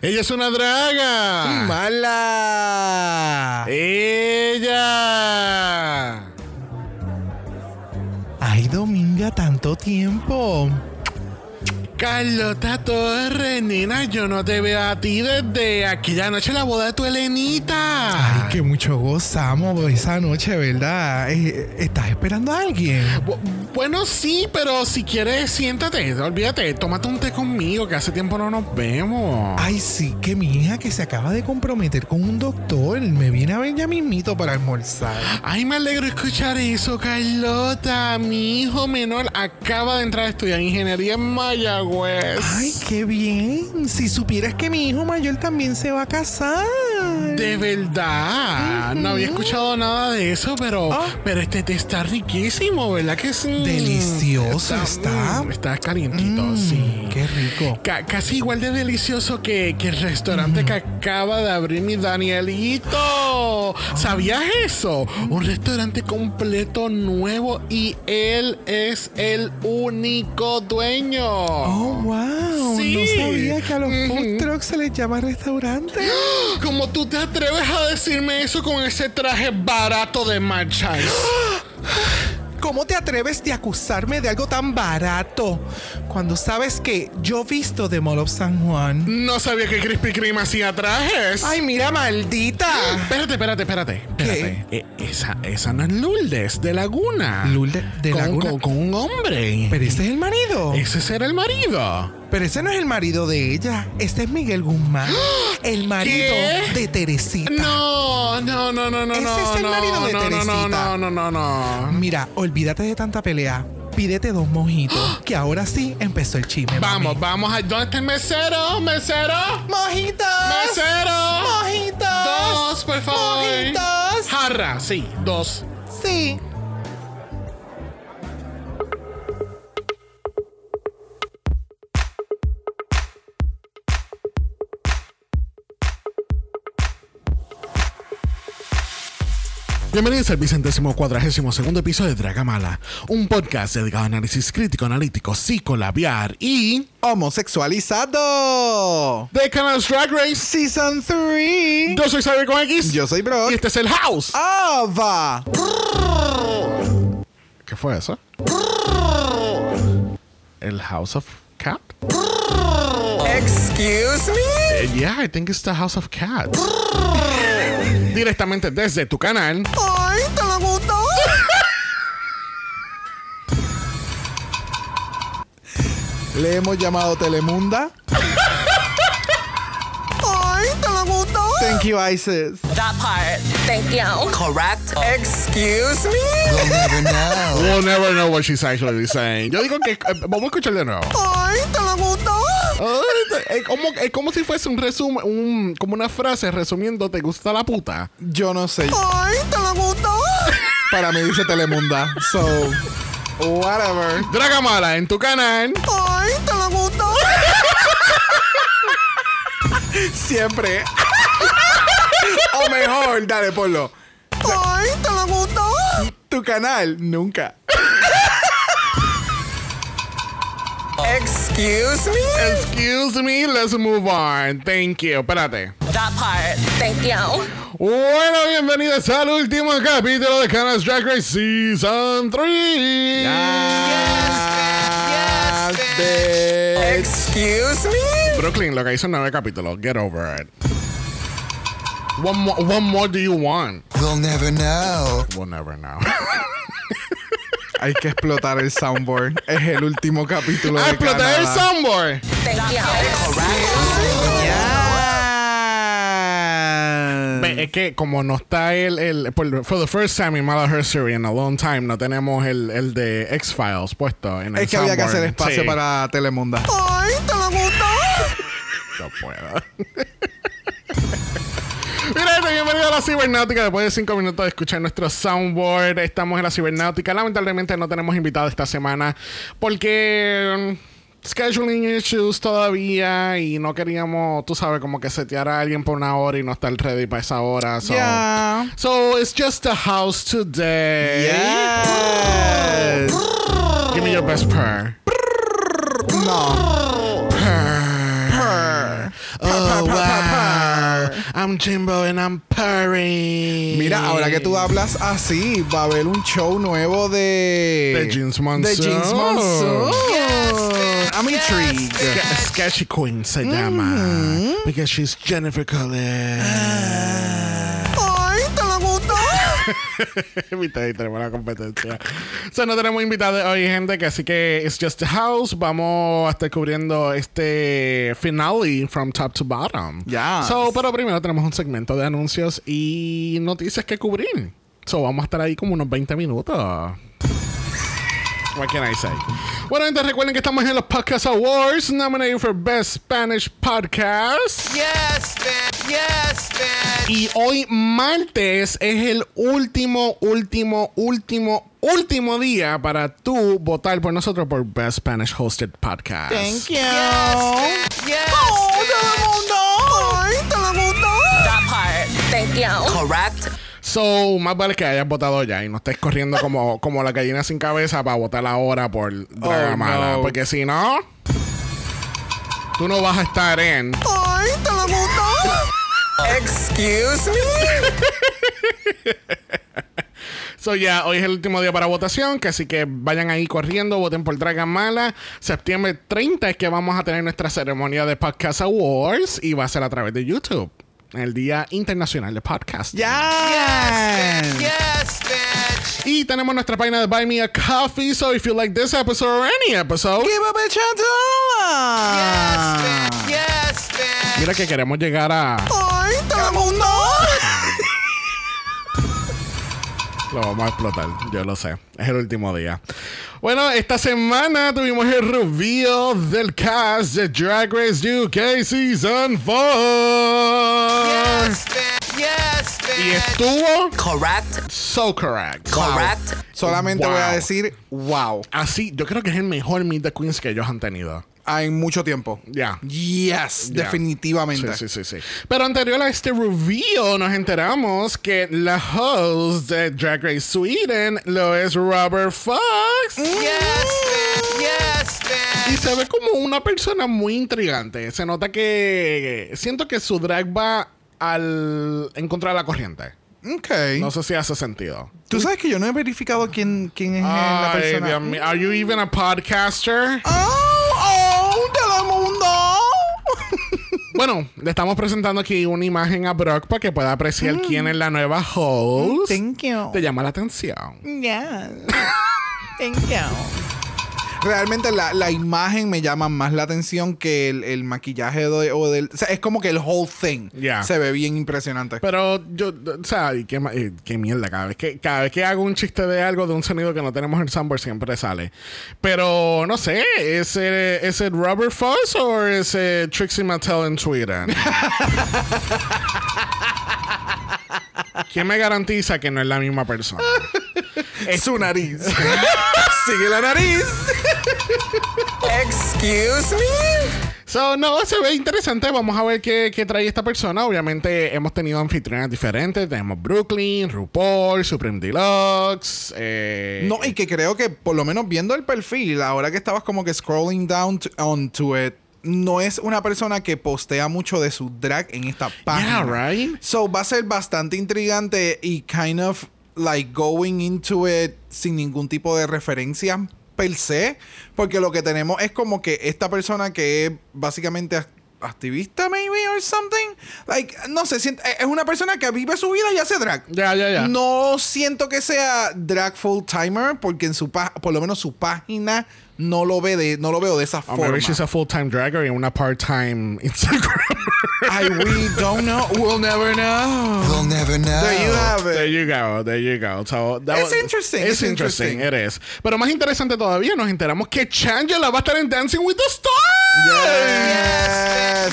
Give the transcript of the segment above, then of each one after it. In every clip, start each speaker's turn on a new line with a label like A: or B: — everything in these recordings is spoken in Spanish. A: Ella es una draga.
B: ¡Mala!
A: Ella.
B: ¡Ay, Dominga, tanto tiempo!
A: Carlota Torres, nena, yo no te veo a ti desde aquella noche la boda de tu Elenita.
B: ¡Ay, que mucho gozamos esa noche, ¿verdad? Eh, ¿Estás esperando a alguien?
A: Bu- bueno, sí, pero si quieres, siéntate, olvídate, tómate un té conmigo, que hace tiempo no nos vemos.
B: Ay, sí, que mi hija que se acaba de comprometer con un doctor me viene a ver ya mismito para almorzar.
A: Ay, me alegro escuchar eso, Carlota. Mi hijo menor acaba de entrar a estudiar ingeniería en Mayagüez.
B: ¡Ay, qué bien! Si supieras que mi hijo mayor también se va a casar.
A: De verdad, no había escuchado nada de eso, pero,
B: Ah.
A: pero este té está riquísimo, ¿verdad que sí?
B: Delicioso está.
A: mm, Está calientito, sí.
B: ¡Qué rico!
A: Ca- casi igual de delicioso que, que el restaurante que acaba de abrir mi Danielito. ¿Sabías eso? Un restaurante completo nuevo y él es el único dueño.
B: ¡Oh, wow! No
A: Sí.
B: sabía que a los food
A: Ujú.
B: trucks se les llama restaurante.
A: ¿Cómo tú te atreves a decirme eso con ese traje barato de merchandise?
B: ¿Cómo te atreves de acusarme de algo tan barato cuando sabes que yo visto de Mall of San Juan?
A: No sabía que Krispy Kreme hacía trajes.
B: ¡Ay, mira, maldita!
A: Espérate, espérate, espérate. espérate. Eh, esa, esa no es Lourdes, de Laguna.
B: Lourdes de
A: con,
B: Laguna.
A: Con, con un hombre.
B: Pero este ese es el marido.
A: Ese será el marido.
B: Pero ese no es el marido de ella. Este es Miguel Guzmán. El marido
A: ¿Qué?
B: de Teresita.
A: No, no, no, no, no.
B: Ese
A: no,
B: es el
A: no,
B: marido de
A: no,
B: Teresita.
A: No, no, no, no, no.
B: Mira, olvídate de tanta pelea. Pídete dos mojitos. Que ahora sí empezó el chisme.
A: Vamos,
B: mami.
A: vamos. a- ¿Dónde está el mesero? ¿Mesero?
B: ¡Mojitos!
A: ¡Mesero!
B: ¡Mojitos!
A: Dos, por favor.
B: ¡Mojitos!
A: Jarra, sí, dos.
B: Sí.
A: Bienvenidos al vicentésimo cuadragésimo segundo episodio de Dragamala, un podcast dedicado a análisis crítico, analítico, psicolabiar y
B: Homosexualizado.
A: de Canal Drag Race.
B: Season 3.
A: Yo soy Xavier con X.
B: Yo soy Brock.
A: Y este es el House.
B: Ava.
A: ¿Qué fue eso? El House of Cat.
B: Excuse me.
A: Eh, Yeah, I think it's the House of Cats. Directamente desde tu canal.
B: Ay, ¿te lo gustó? Le hemos llamado Telemunda. Ay, ¿te lo gustó? Thank you, Isis.
C: That part. Thank you. Correct.
B: Excuse me.
A: We'll never know what she's actually saying. Yo digo que eh, vamos a escuchar de nuevo.
B: Ay, ¿te lo gustó?
A: es, como, es como si fuese un resumen, un, como una frase resumiendo ¿te gusta la puta?
B: Yo no sé.
C: Ay, te lo gustó.
B: Para mí dice Telemunda. So, whatever.
A: Dragamala en tu canal.
C: Ay, te lo gustó.
B: Siempre. o mejor, dale, ponlo.
C: Ay, te lo gustó.
B: Tu canal, nunca.
C: Excuse me.
A: Excuse me, let's move on. Thank you. Espérate.
C: That part. Thank you.
A: Bueno, bienvenidos al último capítulo de Canas Drag Race Season 3.
C: Excuse me.
A: Brooklyn, lo que hizo en nueve capítulos. Get over it. One more, one more do you want?
D: We'll never know.
A: We'll never know.
B: Hay que explotar el soundboard. Es el último capítulo de
A: Explotar el
B: Canadá.
A: soundboard.
C: Thank you.
A: Ve, Es que como no está el, el por- for the first time in Malaherstory in a long time, no tenemos el, el de X-Files puesto en el
B: Es que había que
A: soundboard.
B: hacer espacio
A: eh, Sí.
B: para Telemunda.
C: Ay, te lo gustó.
A: No puedo. Mira, gente, bienvenido a la Cibernáutica. Después de cinco minutos de escuchar nuestro soundboard, estamos en la Cibernáutica. Lamentablemente no tenemos invitado esta semana porque mm, scheduling issues todavía y no queríamos, tú sabes, como que setear a alguien por una hora y no estar ready para esa hora. So,
B: Yeah.
A: so it's just the house today.
B: Yes.
A: Give me your best purr.
B: No.
A: Oh,
E: purr,
A: Wow.
E: purr,
A: I'm Jimbo and I'm purring.
E: Mira, ahora que tú hablas así, va a haber un show nuevo de.
A: De Jinx Monsoon. Oh.
E: De Jinx Monsoon.
C: Yes,
E: I'm
C: yes,
E: intrigued.
A: Ske- Sketchy Queen se
E: Mm-hmm.
A: llama. Because she's Jennifer Collins.
C: Ay, ¿te lo gustó?
A: Viste, ahí tenemos la competencia. So, no tenemos invitados hoy, gente, que así que it's just the house. Vamos a estar cubriendo este finale from top to bottom.
E: Yes.
A: So, pero primero tenemos un segmento de anuncios y noticias que cubrir. So, vamos a estar ahí como unos 20 minutos. What can I say? Bueno, gente, recuerden que estamos en los Podcast Awards, nominated for Best Spanish Podcast.
C: Yes, bitch. Yes, bitch.
A: Y hoy martes es el último, último, último, último día para tú votar por nosotros por Best Spanish Hosted Podcast.
E: Thank you.
C: Yes,
E: Oh,
C: bitch.
E: Telemundo. Ay, Telemundo.
C: That part. Thank you. Correct.
A: So, más vale que hayas votado ya y no estés corriendo como, como la gallina sin cabeza para votar ahora por Dragamala.
E: Oh, no.
A: Porque si no, tú no vas a estar en.
C: Ay, ¿te lo gustó? Excuse me.
A: So ya, hoy es el último día para votación, que así que vayan ahí corriendo, voten por Dragamala. Septiembre 30 es que vamos a tener nuestra ceremonia de Podcast Awards y va a ser a través de YouTube. El Día Internacional de Podcast.
E: Yes.
C: Yes, bitch.
A: Y tenemos nuestra página de Buy Me a Coffee. So if you like this episode or any episode,
E: Give up a
C: Yes,
E: chandola.
C: bitch. Yes, bitch.
A: mira que queremos llegar a.
E: Ay, Telemundo.
A: Lo vamos a explotar, yo lo sé. Es el último día. Bueno, esta semana tuvimos el reveal del cast de Drag Race UK Season 4.
C: Yes, bitch. Yes,
A: Y
C: bitch.
A: estuvo
C: Correct.
A: so correct.
C: Correct.
E: Solamente
A: Wow.
E: voy a decir wow.
A: Así, yo creo que es el mejor Meet the Queens que ellos han tenido.
E: Hay mucho tiempo.
A: Ya.
E: Yes,
A: Ya.
E: definitivamente.
A: Sí, sí, sí, sí. Pero anterior a este reveal, nos enteramos que la host de Drag Race Sweden lo es Robert Fox.
C: Yes, bitch. Yes, bitch.
A: Y se ve como una persona muy intrigante. Se nota que siento que su drag va al en contra de la corriente.
E: Ok.
A: No sé si hace sentido.
E: Tú sabes que yo no he verificado quién, quién es eh, la
A: Ay,
E: persona.
A: Dios mío. Are you even a podcaster?
E: ¡Oh! ¡Oh! ¡Telemundo!
A: Bueno, le estamos presentando aquí una imagen a Brock para que pueda apreciar
E: Mm.
A: quién es la nueva host.
E: Thank you.
A: Te llama la atención.
E: Yeah. Thank you. Realmente la, la imagen me llama más la atención que el, el maquillaje de- o del... O sea, es como que el whole thing
A: Yeah.
E: se ve bien impresionante.
A: Pero yo, o sea, y qué, ma- eh, qué mierda. Cada vez, que, cada vez que hago un chiste de algo, de un sonido que no tenemos en Soundboard, siempre sale. Pero no sé, ¿es it, is it Robert Foss o es it Trixie Mattel en Sweden? ¿Quién me garantiza que no es la misma persona?
E: es su nariz. Sigue la nariz.
C: Excuse me.
A: So, no, se ve interesante. Vamos a ver qué, qué trae esta persona. Obviamente, hemos tenido anfitrionas diferentes. Tenemos Brooklyn, RuPaul, Supreme Deluxe. eh,
E: No, y que creo que por lo menos viendo el perfil, ahora que estabas como que scrolling down to- onto it, no es una persona que postea mucho de su drag en esta página.
A: right.
E: So va a ser bastante intrigante y kind of like going into it sin ningún tipo de referencia per se, porque lo que tenemos es como que esta persona que es básicamente ac- activista maybe or something, like no sé, sient- es una persona que vive su vida y hace drag.
A: Ya, ya, ya.
E: No siento que sea drag full timer porque en su pa- por lo menos su página no lo ve de no lo veo de esa
A: O
E: forma.
A: Oh, maybe she's a full-time dragger y una part-time Instagram.
E: I we don't know, we'll never know.
B: We'll never know.
E: There you have it.
A: There you go, there you go. So, that
E: It's interesting,
A: It's,
E: it's
A: interesting.
E: interesting.
A: it is. Pero más interesante todavía, nos enteramos que Changela va a estar en Dancing with the Stars.
E: Yes.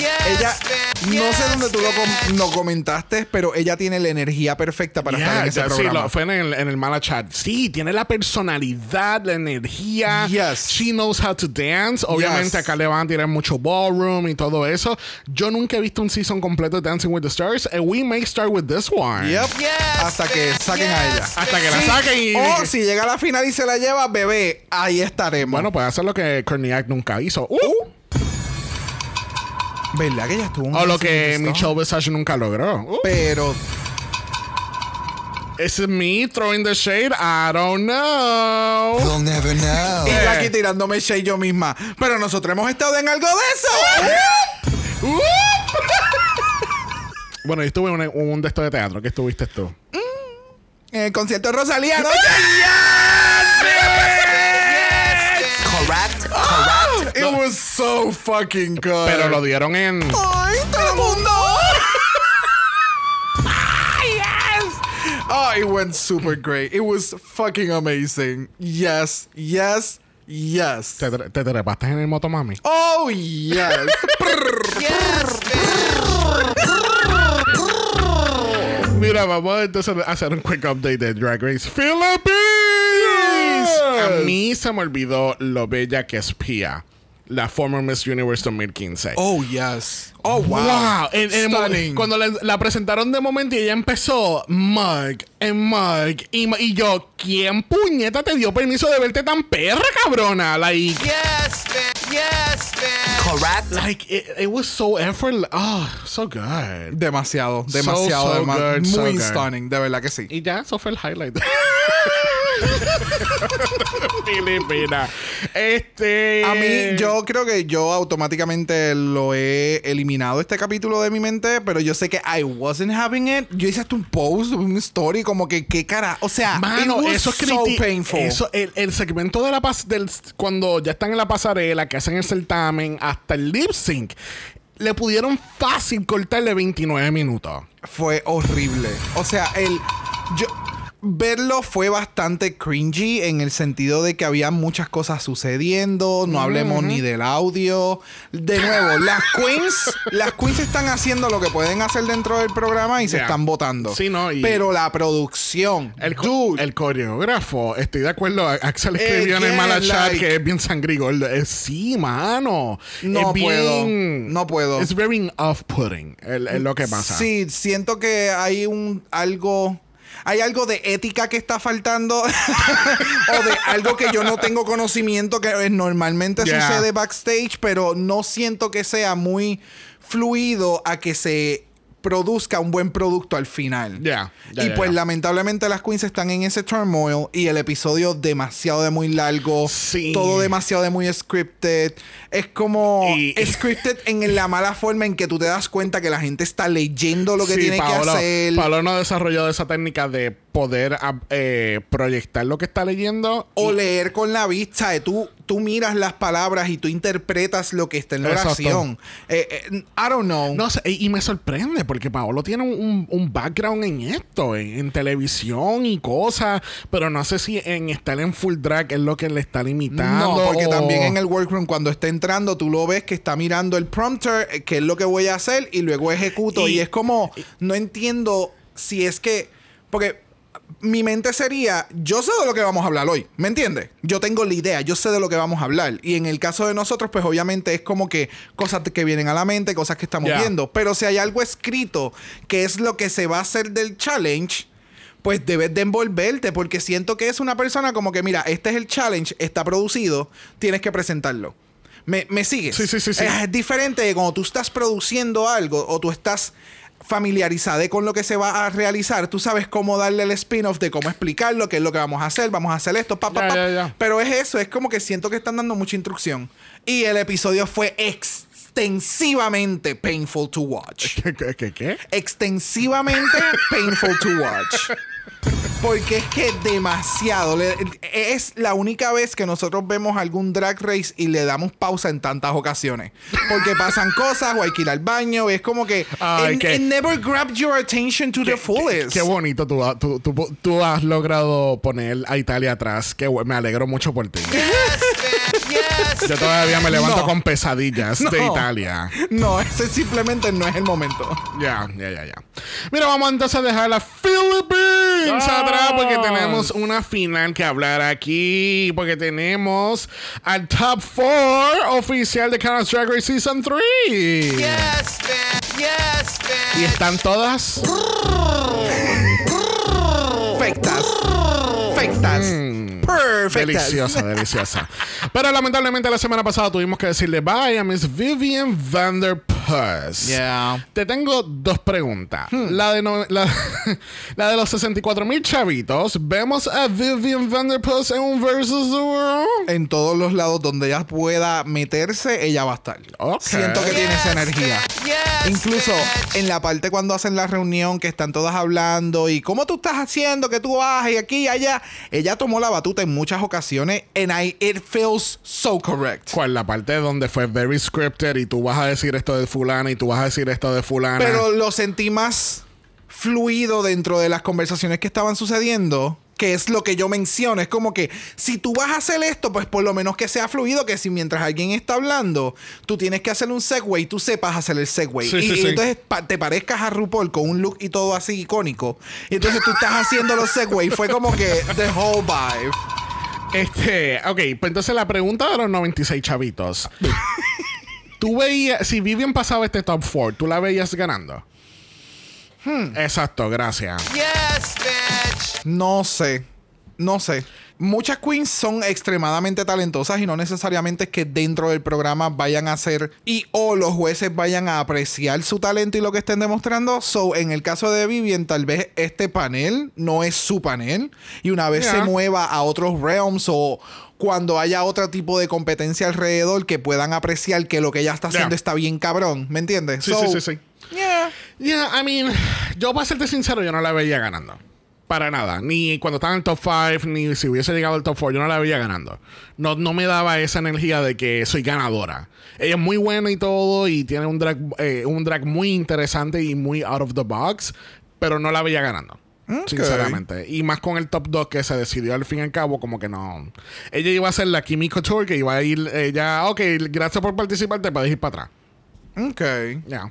C: Yes, yes,
E: Ella,
C: yes,
E: no sé dónde tú lo,
C: yes.
E: com- lo comentaste, pero ella tiene la energía perfecta para estar en ese
A: ya- sí,
E: programa.
A: lo- fue en el, en el mala chat. Sí, tiene la personalidad, la energía.
E: Yes.
A: She knows how to dance. Obviamente
E: Yes.
A: acá le van a tirar mucho ballroom y todo eso. Yo nunca he visto un season completo de Dancing with the Stars. And we may start with this one.
E: Yep.
C: Yes,
E: Hasta que
C: bitch,
E: saquen a
C: yes,
E: ella.
A: Hasta que la saquen y...
E: O si llega a la final y se la lleva, bebé, ahí estaremos.
A: Bueno, puede hacer lo que Korniak nunca hizo. ¡Uh!
E: ¿Verdad que ella estuvo en
A: O lo
E: Dancing with
A: que
E: the Stars?
A: Michelle Visage nunca logró. Uh,
E: Pero
A: It's me throwing the shade. I don't know.
C: You'll never
E: Y
C: know.
E: yo
A: Eh.
E: aquí tirándome shade yo misma. Pero nosotros hemos estado en algo de eso.
A: Bueno, yo estuve en un, un de estos de teatro. ¿Qué estuviste tú?
E: en el concierto de Rosalía anoche.
C: Correct. Correct.
E: Ah, It was so fucking good.
A: Pero lo dieron en.
E: ¡Ay, todo el mundo! Ah, yes! Oh, it went super great. It was fucking amazing. Yes, yes, yes.
A: Te, tre- te trepaste en el motomami.
E: Oh, yes.
A: Mira, vamos entonces a hacer un quick update de Drag Race Philippines. A mí se me olvidó lo bella que es Pia, la former Miss Universe 2015.
E: oh, yes. Oh, wow.
A: Wow, En- en el mo-
E: Stunning.
A: cuando la, la presentaron de momento y ella empezó, Mug, en Mug, y, ma- y yo, ¿quién puñeta te dio permiso de verte tan perra, cabrona? Like,
C: Correct.
A: like it, it was so effortless. Oh, so good.
E: Demasiado, demasiado,
A: so
E: dema-
A: good, so
E: muy
A: good.
E: stunning, de verdad que sí.
A: Y ya, eso fue el highlight. Filipina. Este.
E: A mí, yo creo que yo automáticamente lo he eliminado este capítulo de mi mente, pero yo sé que I wasn't having it. Yo hice hasta un post, un story, como que qué cara. O sea,
A: Mano,
E: Ah, it was
A: eso es
E: so
A: criti-
E: painful.
A: Eso, el, el segmento de la pas del cuando ya están en la pasarela, que hacen el certamen, hasta el lip sync, le pudieron fácil cortarle 29 minutos.
E: fue horrible. O sea, el yo verlo fue bastante cringy en el sentido de que había muchas cosas sucediendo, no hablemos ni del audio. De nuevo, las queens, las queens están haciendo lo que pueden hacer dentro del programa y se
A: Yeah.
E: están votando.
A: Sí, no, y-
E: Pero la producción,
A: El, co-
E: dude,
A: el coreógrafo, estoy de acuerdo. a- Axel escribió en el
E: Again,
A: mala chat
E: like-
A: que es bien sangrigol. Eh, sí, mano.
E: No
A: Es bien-
E: puedo, no puedo.
A: Es very off-putting el- el lo que pasa.
E: Sí, siento que hay un algo. Hay algo de ética que está faltando o de algo que yo no tengo conocimiento que eh, normalmente
A: Yeah.
E: sucede backstage, pero no siento que sea muy fluido a que se produzca un buen producto al final.
A: Yeah. Yeah,
E: y
A: yeah,
E: pues
A: yeah.
E: lamentablemente las queens están en ese turmoil y el episodio demasiado de muy largo,
A: Sí.
E: todo demasiado de muy scripted. Es como
A: Y-
E: scripted en la mala forma en que tú te das cuenta que la gente está leyendo lo que
A: Sí,
E: tiene que
A: Paolo-
E: hacer.
A: Paolo no ha desarrollado esa técnica de poder ah, eh, proyectar lo que está leyendo.
E: O
A: y-
E: leer con la vista. eh, Tú, tú miras las palabras y tú interpretas lo que está en la
A: Exacto.
E: oración. Eh, eh, I don't know.
A: No sé, y y me sorprende porque Paolo tiene un, un- un background en esto, en, en televisión y cosas, pero no sé si en estar en full drag es lo que le está limitando.
E: No, porque
A: o-
E: también en el workroom cuando está entrando tú lo ves que está mirando el prompter, eh, que es lo que voy a hacer y luego ejecuto
A: Y-
E: y, es como no entiendo si es que porque mi mente sería, yo sé de lo que vamos a hablar hoy, ¿me entiendes? Yo tengo la idea, yo sé de lo que vamos a hablar. Y en el caso de nosotros, pues obviamente es como que cosas que vienen a la mente, cosas que estamos
A: Ya.
E: viendo. Pero si hay algo escrito que es lo que se va a hacer del challenge, pues debes de envolverte porque siento que es una persona como que, mira, este es el challenge, está producido, tienes que presentarlo. ¿Me, me sigues?
A: Sí, sí, sí, sí.
E: Es, es diferente de cuando tú estás produciendo algo o tú estás familiarizada con lo que se va a realizar, tú sabes cómo darle el spin-off de cómo explicarlo, qué es lo que vamos a hacer, vamos a hacer esto, pa, pa,
A: Ya,
E: pa.
A: ya, ya.
E: Pero es eso, es como que siento que están dando mucha instrucción. Y el episodio fue extensivamente painful to watch
A: ¿Qué, qué, qué, qué?
E: extensivamente painful to watch. Porque es que demasiado. le- es la única vez que nosotros vemos algún drag race y le damos pausa en tantas ocasiones. Porque pasan cosas o hay que ir al baño. Es como que.
A: Ay,
E: it,
A: qué-
E: it never grabbed your attention to the fullest.
A: Qué bonito tú, ha- tú, tú, tú has logrado poner a Italia atrás. Qué bu- me alegro mucho por ti. Yo todavía me levanto
E: No.
A: con pesadillas de
E: No.
A: Italia.
E: no, ese simplemente no es el momento.
A: Ya, ya, ya, ya. Mira, vamos entonces a dejar a Philippines atrás porque tenemos una final que hablar aquí. Porque tenemos al top 4 oficial de Canada's Drag Race Season 3. Y están todas.
E: Perfectas. Perfectas. Perfectas.
A: Deliciosa, deliciosa. Pero lamentablemente la semana pasada tuvimos que decirle bye a Miss Vivian Vanderpump. Us.
E: Yeah.
A: Te tengo dos preguntas.
E: Hmm.
A: La, de no- la, la de los 64 mil chavitos. ¿Vemos a Vivian Vanderpuss en un Versus the World?
E: En todos los lados donde ella pueda meterse, ella va a estar.
A: Ok.
E: Siento que tiene esa energía. Incluso en la parte cuando hacen la reunión que están todas hablando y cómo tú estás haciendo, que tú vas y aquí y allá, ella tomó la batuta en muchas ocasiones and I, it feels so correct.
A: ¿Cuál? La parte donde fue very scripted y tú vas a decir esto de fulana y tú vas a decir esto de fulana.
E: Pero lo sentí más fluido dentro de las conversaciones que estaban sucediendo, que es lo que yo menciono. Es como que si tú vas a hacer esto, pues por lo menos que sea fluido, que si mientras alguien está hablando, tú tienes que hacer un segue y tú sepas hacer el segue.
A: Sí,
E: y,
A: sí,
E: y
A: sí.
E: entonces pa- te parezcas a RuPaul con un look y todo así icónico. Y entonces tú estás haciendo los segways. Fue como que the whole vibe.
A: Este, ok, pues entonces la pregunta de los 96 chavitos. tú veías, si Vivian pasaba este top 4, ¿tú la veías ganando?
E: Hmm.
A: Exacto, gracias.
C: Yes, bitch.
E: No sé. No sé. Muchas queens son extremadamente talentosas y no necesariamente es que dentro del programa vayan a ser y o los jueces vayan a apreciar su talento y lo que estén demostrando. So, en el caso de Vivian, tal vez este panel no es su panel y una vez se
A: Yeah.
E: mueva a otros realms o cuando haya otro tipo de competencia alrededor que puedan apreciar que lo que ella está
A: Yeah.
E: haciendo está bien cabrón. ¿Me entiendes?
A: Sí,
E: So,
A: sí, sí, sí.
E: yeah.
A: Yeah, I mean, yo para serte sincero, yo no la veía ganando. Para nada. Ni cuando estaba en el top 5, ni si hubiese llegado al top 4, yo no la veía ganando. No, no me daba esa energía de que soy ganadora. Ella es muy buena y todo, y tiene un drag, eh, un drag muy interesante y muy out of the box, pero no la veía ganando. Sinceramente. Y más con el top 2 que se decidió al fin y al cabo, como que no. Ella iba a ser la Kimiko Tour, que iba a ir, ella, ok, gracias por participar, te puedes ir para atrás.
E: Ok.
A: Ya.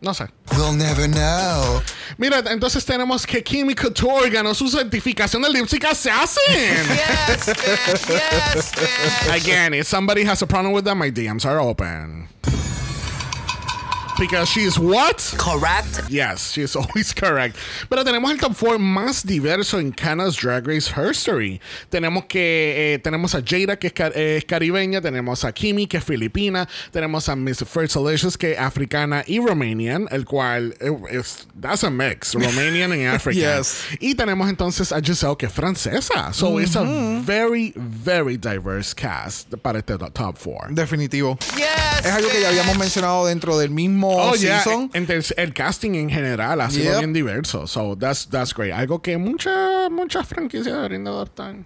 A: No sé.
C: We'll never know.
A: Mira, entonces tenemos que Kimmy Couture ganó su certificación del Lipstick Assassin.
C: Yes, bitch. Yes, bitch.
A: Again, if somebody has a problem with that, my DMs are open. Because she's what?
C: Correct.
A: Yes, she's always correct. Pero tenemos el top 4 más diverso en Cana's Drag Race History. Tenemos que eh, tenemos a Jada, que es, ca- eh, es caribeña. Tenemos a Kimi, que es filipina. Tenemos a Miss First Delicious, que es africana y romanian, el cual eh, es that's a mix, Romanian and African.
E: Yes.
A: Y tenemos entonces a Giselle, que es francesa. So it's a very, very diverse cast para este to- top 4.
E: Definitivo.
C: Yes.
E: Es algo que ya habíamos mencionado dentro del mismo
A: Oh, yeah.
E: season.
A: En- entonces, el casting en general ha sido
E: Yep.
A: bien diverso. So that's, that's great. Algo que muchas muchas franquicias deberían de adaptar.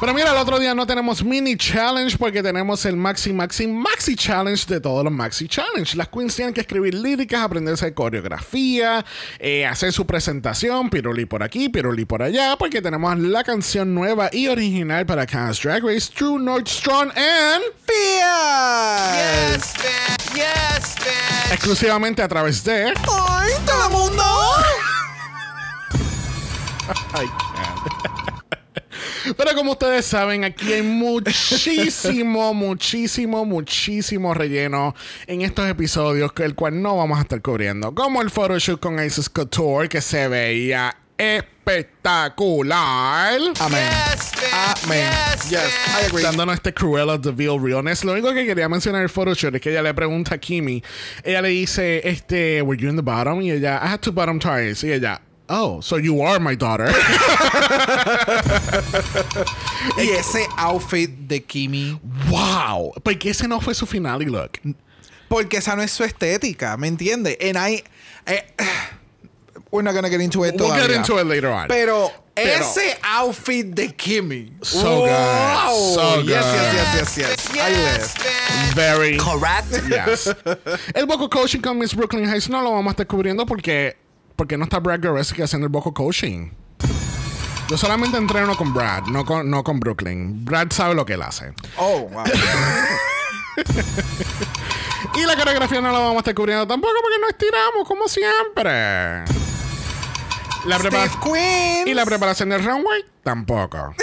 A: Pero mira, el otro día no tenemos mini challenge porque tenemos el maxi, maxi, maxi challenge de todos los maxi challenge. Las queens tienen que escribir líricas, aprenderse coreografía, eh, hacer su presentación, piruli por aquí, piruli por allá, porque tenemos la canción nueva y original para Cast Drag Race, True North Strong and
E: ¡Fiel!
C: Yes, bitch. Yes, bitch.
A: exclusivamente a través de...
E: ¡Ay, todo el mundo!
A: I can't. Pero como ustedes saben, aquí hay muchísimo, muchísimo, muchísimo relleno en estos episodios, que- el cual no vamos a estar cubriendo. Como el photoshoot con Isis Couture, que se veía espectacular.
E: Amén.
C: Yes, bitch.
E: Amén.
C: Yes,
E: Yes,
C: bitch.
E: I agree.
A: Dándonos este Cruella de Vil Realness. Lo único que quería mencionar el photoshoot es que ella le pregunta a Kimi. Ella le dice, este, were you in the bottom? Y ella, I had two bottom tires. Y ella, oh, so you are my daughter.
E: Y ese outfit de Kimi.
A: ¡Wow! Porque ese no fue su finale look.
E: Porque esa no es su estética, ¿me entiendes? And I. eh, we're not gonna get into it
A: We'll
E: todavía.
A: get into it later on.
E: Pero,
A: Pero-
E: ese outfit de Kimi.
A: So good. So
E: Yes,
A: good.
E: yes, yes, yes, yes. I
C: Yes,
E: live.
C: bitch.
A: Very.
C: Correct.
A: Yes. El Boco Coaching con Miss Brooklyn Heights no lo vamos a estar cubriendo porque, porque no está Brad Goreski haciendo el Boco Coaching. Yo solamente entreno con Brad, no con, no con Brooklyn. Brad sabe lo que él hace.
E: Oh, wow.
A: Y la coreografía no la vamos a estar cubriendo tampoco porque nos tiramos, como siempre. La prepara-
E: Steve Queen.
A: Y la preparación del runway tampoco.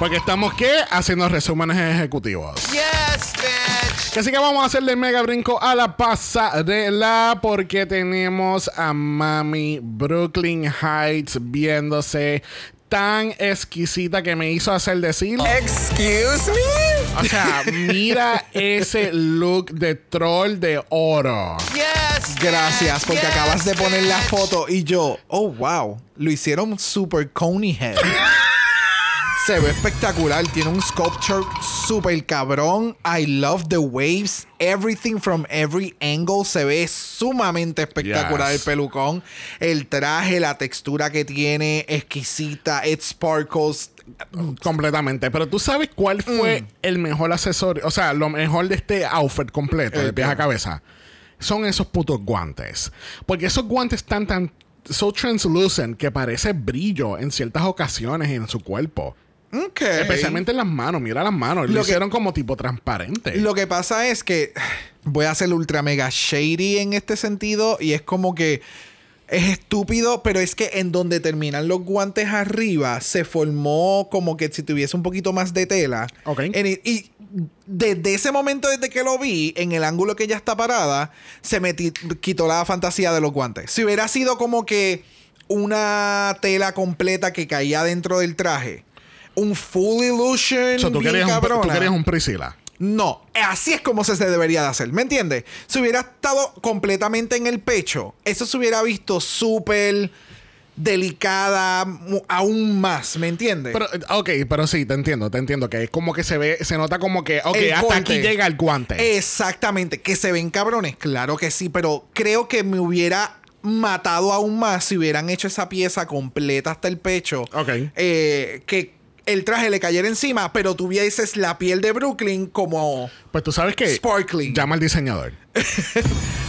A: Porque estamos ¿qué? haciendo resúmenes ejecutivos.
C: Yes, bitch.
A: Así que vamos a hacerle el mega brinco a la pasarela porque tenemos a Mami Brooklyn Heights viéndose tan exquisita que me hizo hacer decir
C: Excuse me?
A: O sea, mira ese look de troll de oro.
B: Yes.
E: Gracias,
B: yes,
E: porque
B: yes,
E: acabas de poner la
B: bitch.
E: foto y yo, oh wow, lo hicieron super coney head. Se ve espectacular, tiene un sculpture super cabrón. I love the waves, everything from every angle. Se ve sumamente espectacular
A: Yes.
E: el pelucón, el traje, la textura que tiene, exquisita, it sparkles.
A: Completamente. Pero tú sabes cuál fue
E: Mm.
A: el mejor accesorio, o sea, lo mejor de este outfit completo,
E: Eh,
A: de pies a cabeza. Son esos putos guantes. Porque esos guantes están tan so translucent que parece brillo en ciertas ocasiones en su cuerpo.
E: Ok.
A: Especialmente en las manos, mira las manos. Lo,
E: Lo que-
A: hicieron como tipo transparente.
E: Lo que pasa es que voy a ser ultra mega shady en este sentido y es como que es estúpido, pero es que en donde terminan los guantes arriba se formó como que si tuviese un poquito más de tela.
A: Ok.
E: En el- y desde ese momento, desde que lo vi, en el ángulo que ella está parada, se me ti- quitó la fantasía de los guantes. Si hubiera sido como que una tela completa que caía dentro del traje. Un full illusion.
A: O sea, tú,
E: bien
A: querías un, tú
E: cabrona.
A: querías un Priscilla.
E: No, así es como se se debería de hacer, ¿me entiendes? Si hubiera estado completamente en el pecho, eso se hubiera visto súper delicada, mu- aún más, ¿me entiendes?
A: Pero, eh, ok, pero sí, te entiendo, te entiendo. Que es como que se ve, se nota como que, ok,
E: El
A: hasta
E: corte.
A: aquí llega el guante.
E: Exactamente, que se ven cabrones, claro que sí, pero creo que me hubiera matado aún más si hubieran hecho esa pieza completa hasta el pecho.
A: Ok.
E: Eh, que el traje le cayera encima, pero tuvieses la piel de Brooklyn como...
A: Pues tú sabes que.
E: Sparkling.
A: Llama al diseñador.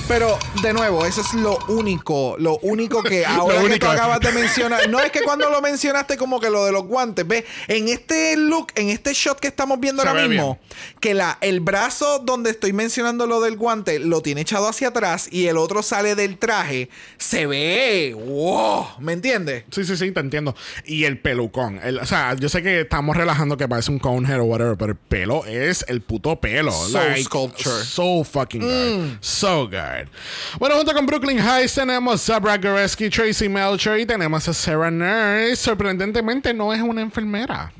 E: Pero, de nuevo, eso es lo único. Lo único que ahora que
A: único.
E: tú acabas de mencionar. No es que cuando lo mencionaste, como que lo de los guantes. ¿Ves? En este look, en este shot que estamos viendo
A: Se
E: ahora
A: ve
E: mismo, que la, el brazo donde estoy mencionando lo del guante lo tiene echado hacia atrás y el otro sale del traje. Se ve. ¡Wow! ¿Me entiendes?
A: Sí, sí, sí, te entiendo. Y el pelucón. El- o sea, yo sé que estamos relajando que parece un conehead o whatever, pero el pelo es el puto pelo.
E: So sculpture. Mm.
A: So fucking good. So good. Bueno, junto con Brooklyn Heights tenemos Zabra Goreski, Tracy Melcher y tenemos a Sarah Nurse. Sorprendentemente no es una enfermera.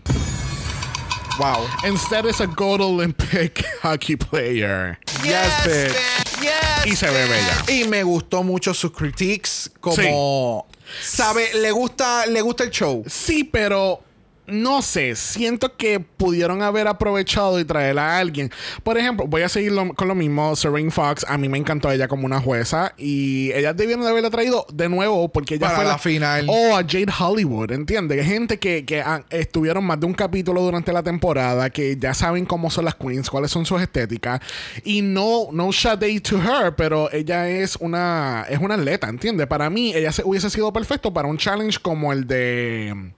E: ¡Wow!
A: Instead is a gold Olympic hockey player.
E: Yes, bitch.
B: bitch. Yes.
A: Y se ve
B: bitch.
A: bella.
E: Y me gustó mucho sus critiques. Como. ¿Sabe? Le gusta, le gusta el show.
A: Sí, pero no sé, siento que pudieron haber aprovechado y traer a alguien. Por ejemplo, voy a seguir lo- con lo mismo, Serene Fox, a mí me encantó ella como una jueza y ellas debieron de haberla traído de nuevo porque ella
E: Para
A: fue
E: la final.
A: O a Jade Hollywood, ¿entiendes? Gente que, que ah, estuvieron más de un capítulo durante la temporada, que ya saben cómo son las queens, cuáles son sus estéticas y no no shade to her, pero ella es una es una atleta, ¿entiendes? Para mí ella se, hubiese sido perfecto para un challenge como el de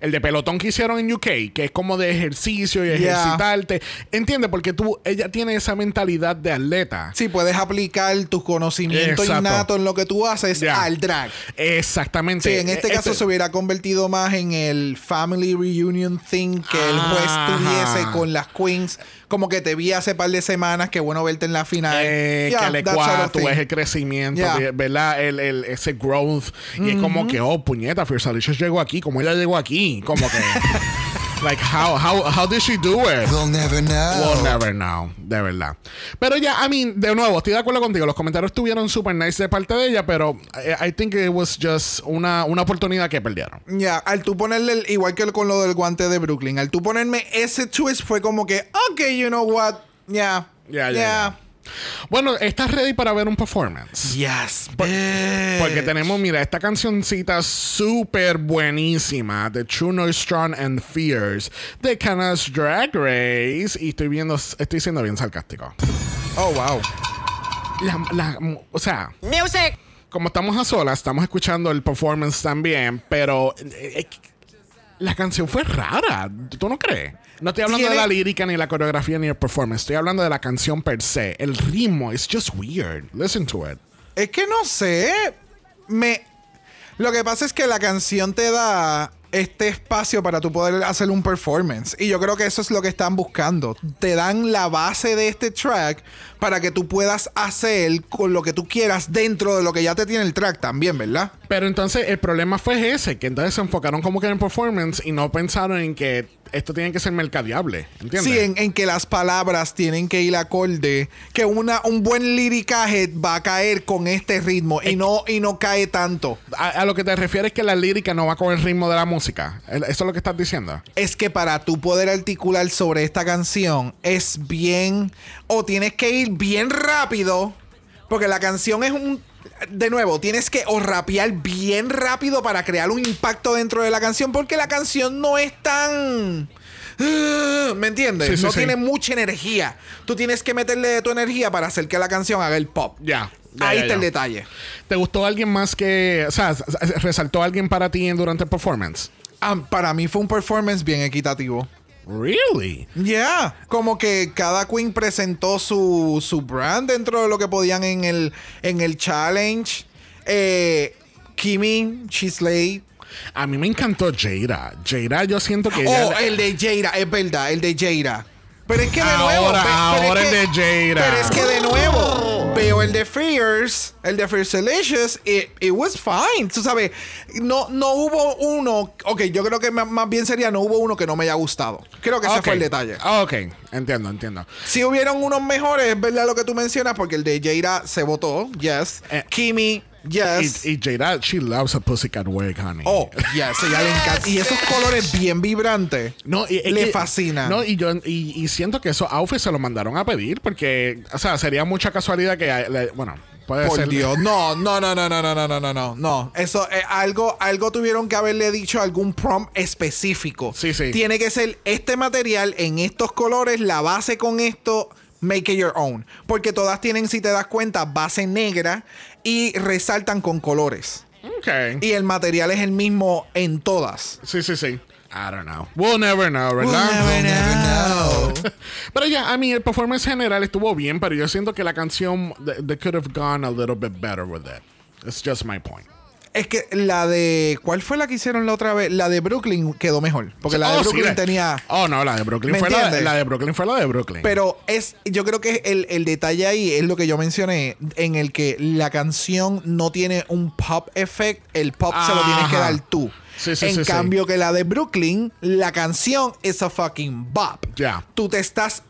A: el de pelotón que hicieron en UK, que es como de ejercicio y
E: Yeah.
A: ejercitarte. Entiende, porque tú, ella tiene esa mentalidad de atleta.
E: Sí, puedes aplicar tu conocimiento
A: Exacto.
E: innato en lo que tú haces
A: Ya.
E: al drag.
A: Exactamente.
E: Sí, en este
A: Eh,
E: caso se hubiera convertido más en el family reunion thing que el juez
A: Ajá.
E: tuviese con las queens. Como que te vi hace par de semanas, qué bueno verte en la final.
A: eh,
E: Yeah,
A: que le
E: that sort of
A: cuadra, tú
E: thing.
A: ves el crecimiento,
E: Yeah. Mm-hmm.
A: ve- ¿verdad? El, el- ese growth. Y es como que, oh, puñeta, Fierce Alicia llegó aquí, como ella llegó aquí. Como que. like, how, how, how did she do it?
C: We'll never know.
A: We'll never know, de verdad. Pero ya, I mean, de nuevo, estoy de acuerdo contigo. Los comentarios estuvieron super nice de parte de ella, pero eh, I, I think it was just una, una oportunidad que perdieron.
E: Ya, al tú ponerle, el- igual que con lo del guante de Brooklyn, al tú ponerme ese twist fue como que, ok, you know what, ya,
A: Ya, ya,
E: ya,
A: ya. Bueno, ¿estás ready para ver un performance?
E: Yes,
A: Porque
E: Eh,
A: tenemos, mira, esta cancioncita súper buenísima de True Noise Strong and Fears de Canas Drag Race. Y estoy viendo, estoy siendo bien sarcástico.
E: Oh, wow.
A: La- la- o sea,
B: Music.
A: como estamos a solas, estamos escuchando el performance también, pero eh, eh, la canción fue rara, ¿tú no crees? No estoy hablando de
E: Tiene-
A: la lírica, ni la coreografía, ni el performance. Estoy hablando de la canción per se. El ritmo, it's just weird. Listen to it.
E: Es que no sé. Me. Lo que pasa es que la canción te da este espacio para tú poder hacer un performance. Y yo creo que eso es lo que están buscando. Te dan la base de este track para que tú puedas hacer con lo que tú quieras dentro de lo que ya te tiene el track también, ¿verdad?
A: Pero entonces el problema fue ese, que entonces se enfocaron como que en performance y no pensaron en que esto tiene que ser mercadeable. ¿Entiendes?
E: Sí, en, en que las palabras tienen que ir acorde, que una, un buen liricaje va a caer con este ritmo y no, y no cae tanto.
A: a, a lo que te refieres es que la lírica no va con el ritmo de la música. El- Eso es lo que estás diciendo.
E: Es que para tú poder articular sobre esta canción es bien, o tienes que ir bien rápido, porque la canción es un... De nuevo, tienes que o rapear bien rápido para crear un impacto dentro de la canción, porque la canción no es tan... ¡Ah! ¿Me entiendes?
A: Sí, sí,
E: no
A: sí.
E: tiene mucha energía. Tú tienes que meterle de tu energía para hacer que la canción haga el pop.
A: Ya. ya,
E: Ahí
A: ya,
E: está
A: ya.
E: el detalle.
A: ¿Te gustó alguien más que. O sea, s- s- resaltó alguien para ti en- durante el performance?
E: Ah, para mí fue un performance bien equitativo.
A: Really?
E: Yeah, como que cada queen presentó su, su brand dentro de lo que podían en el, en el challenge. Eh, Kimi, Chisley.
A: A mí me encantó Jaira. Jaira, yo siento que. ella-
E: Oh, el de Jaira, es verdad, el de Jaira. Pero es que de nuevo.
A: Ahora,
E: pe- pero
A: ahora
E: es
A: el
E: que-
A: de Oh. Jaira.
E: Pero es que de nuevo, veo el de Fierce, el de Fierce Delicious, it, it was fine. Tú sabes, no, no hubo uno. Ok, yo creo que ma- más bien sería no hubo uno que no me haya gustado. Creo que ese
A: Ok.
E: fue el detalle.
A: Ok, entiendo, entiendo.
E: Si hubieron unos mejores, es verdad lo que tú mencionas, porque el de Jaira se votó, yes.
A: Eh,
E: Kimi, yes.
A: Y, y Jaira, she loves a pussycat wig, honey.
E: oh, yes, ella le encanta. Y esos colores bien vibrantes.
A: No, y- es
E: Le
A: que-
E: fascina.
A: No, y yo y, y siento que esos outfits se los mandaron a pedir porque, o sea, sería mucha casualidad que, eh, le- bueno, puede
E: Por
A: ser.
E: Dios, no, no, no, no, no, no, no, no, no, no, no. Eso, eh, algo, algo tuvieron que haberle dicho algún prompt específico.
A: Sí, sí.
E: Tiene que ser este material en estos colores, la base con esto, make it your own. Porque todas tienen, si te das cuenta, base negra y resaltan con colores.
A: Ok.
E: Y el material es el mismo en todas.
A: Sí, sí, sí. I don't know. We'll never know, ¿verdad? Pero ya, a mí el performance general estuvo bien, pero yo siento que la canción th- they could have gone a little bit better with it. It's just my point.
E: Es que la de. ¿Cuál fue la que hicieron la otra vez? La de Brooklyn quedó mejor. Porque la de
A: Oh, sí,
E: Brooklyn
A: la-
E: tenía.
A: Oh, no, la de Brooklyn
E: ¿Me
A: fue la de,
E: entiendes?
A: la de Brooklyn fue la de Brooklyn.
E: Pero es, yo creo que el, el detalle ahí es lo que yo mencioné, en el que la canción no tiene un pop effect, el pop se lo tienes que
A: Ajá.
E: dar tú.
A: Sí, sí,
E: en
A: sí, sí.
E: cambio que la de Brooklyn, la canción es a fucking bop.
A: Ya.
E: Tú te estás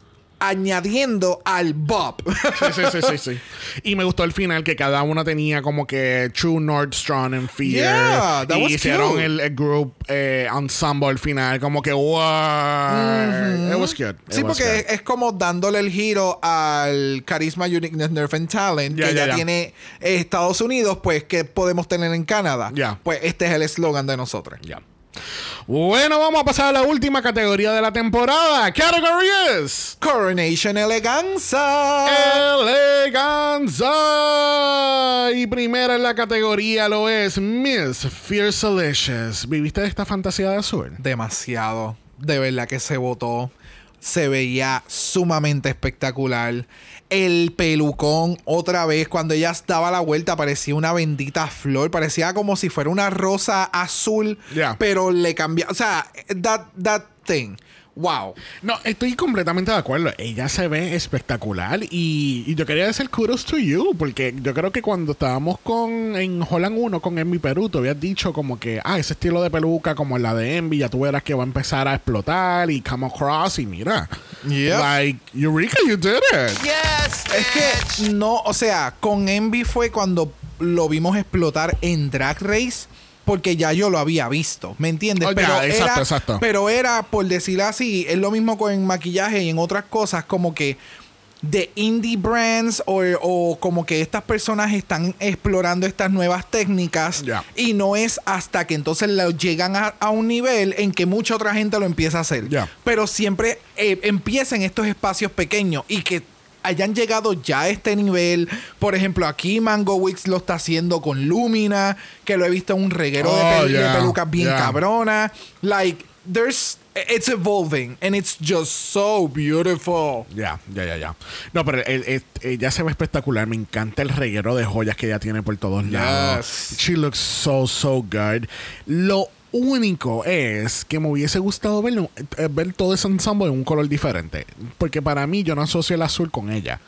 E: añadiendo al bop.
A: Sí, sí, sí, sí, sí. Y me gustó el final que cada una tenía como que True Nordstrom and Fear.
E: Yeah, that
A: y
E: was
A: hicieron
E: cute.
A: el, el group eh, ensemble al final, como que wow. It was cute. It
E: Sí,
A: was
E: porque es,
A: cute.
E: es como dándole el giro al carisma, uniqueness, nerve and talent
A: Ya,
E: que
A: ya,
E: ya,
A: ya.
E: tiene eh, Estados Unidos, pues que podemos tener en Canadá.
A: Ya.
E: Pues este es el eslogan de nosotros.
A: Ya. Bueno, vamos a pasar a la última categoría de la temporada. Category is
E: Coronation
A: Eh,
E: Eleganza.
A: Eleganza. Y primera en la categoría lo es Miss Fierce Delicious. ¿Viviste esta fantasía de azul?
E: Demasiado. De verdad que se votó. Se veía sumamente espectacular. El pelucón, otra vez, cuando ella daba la vuelta, parecía una bendita flor. Parecía como si fuera una rosa azul.
A: Ya.
E: Pero le cambiaba. O sea, that, that thing. Wow.
A: No, estoy completamente de acuerdo. Ella se ve espectacular y, y yo quería decir kudos to you porque yo creo que cuando estábamos con en Holland 1 con Envy Perú, te habías dicho como que, ah, ese estilo de peluca como la de Envy, ya tú verás que va a empezar a explotar y come across y mira.
E: Yeah.
A: Like, Eureka, you did it.
C: Yes,
E: Es que no, o sea, con Envy fue cuando lo vimos explotar en Drag Race. Porque ya yo lo había visto, ¿me entiendes?
A: Oh, ya, exacto,
E: era,
A: exacto.
E: pero era, por decirlo así, es lo mismo con maquillaje y en otras cosas, como que de indie brands o, o como que estas personas están explorando estas nuevas técnicas
A: Ya.
E: y no es hasta que entonces lo llegan a, a un nivel en que mucha otra gente lo empieza a hacer.
A: Ya.
E: Pero siempre eh, empieza en estos espacios pequeños y que hayan llegado ya a este nivel. Por ejemplo, aquí Mango Wix lo está haciendo con Lumina, que lo he visto en un reguero de,
A: Oh,
E: pel- de
A: yeah,
E: pelucas bien
A: yeah.
E: cabrona. Like, there's. It's evolving and it's just so beautiful.
A: Ya, ya, ya, ya. No, pero el- el- ella se ve espectacular. Me encanta el reguero de joyas que ella tiene por todos lados.
E: Yes.
A: She looks so, so good. Lo único es que me hubiese gustado verlo, eh, ver todo ese ensamble en un color diferente. Porque para mí yo no asocio el azul con ella.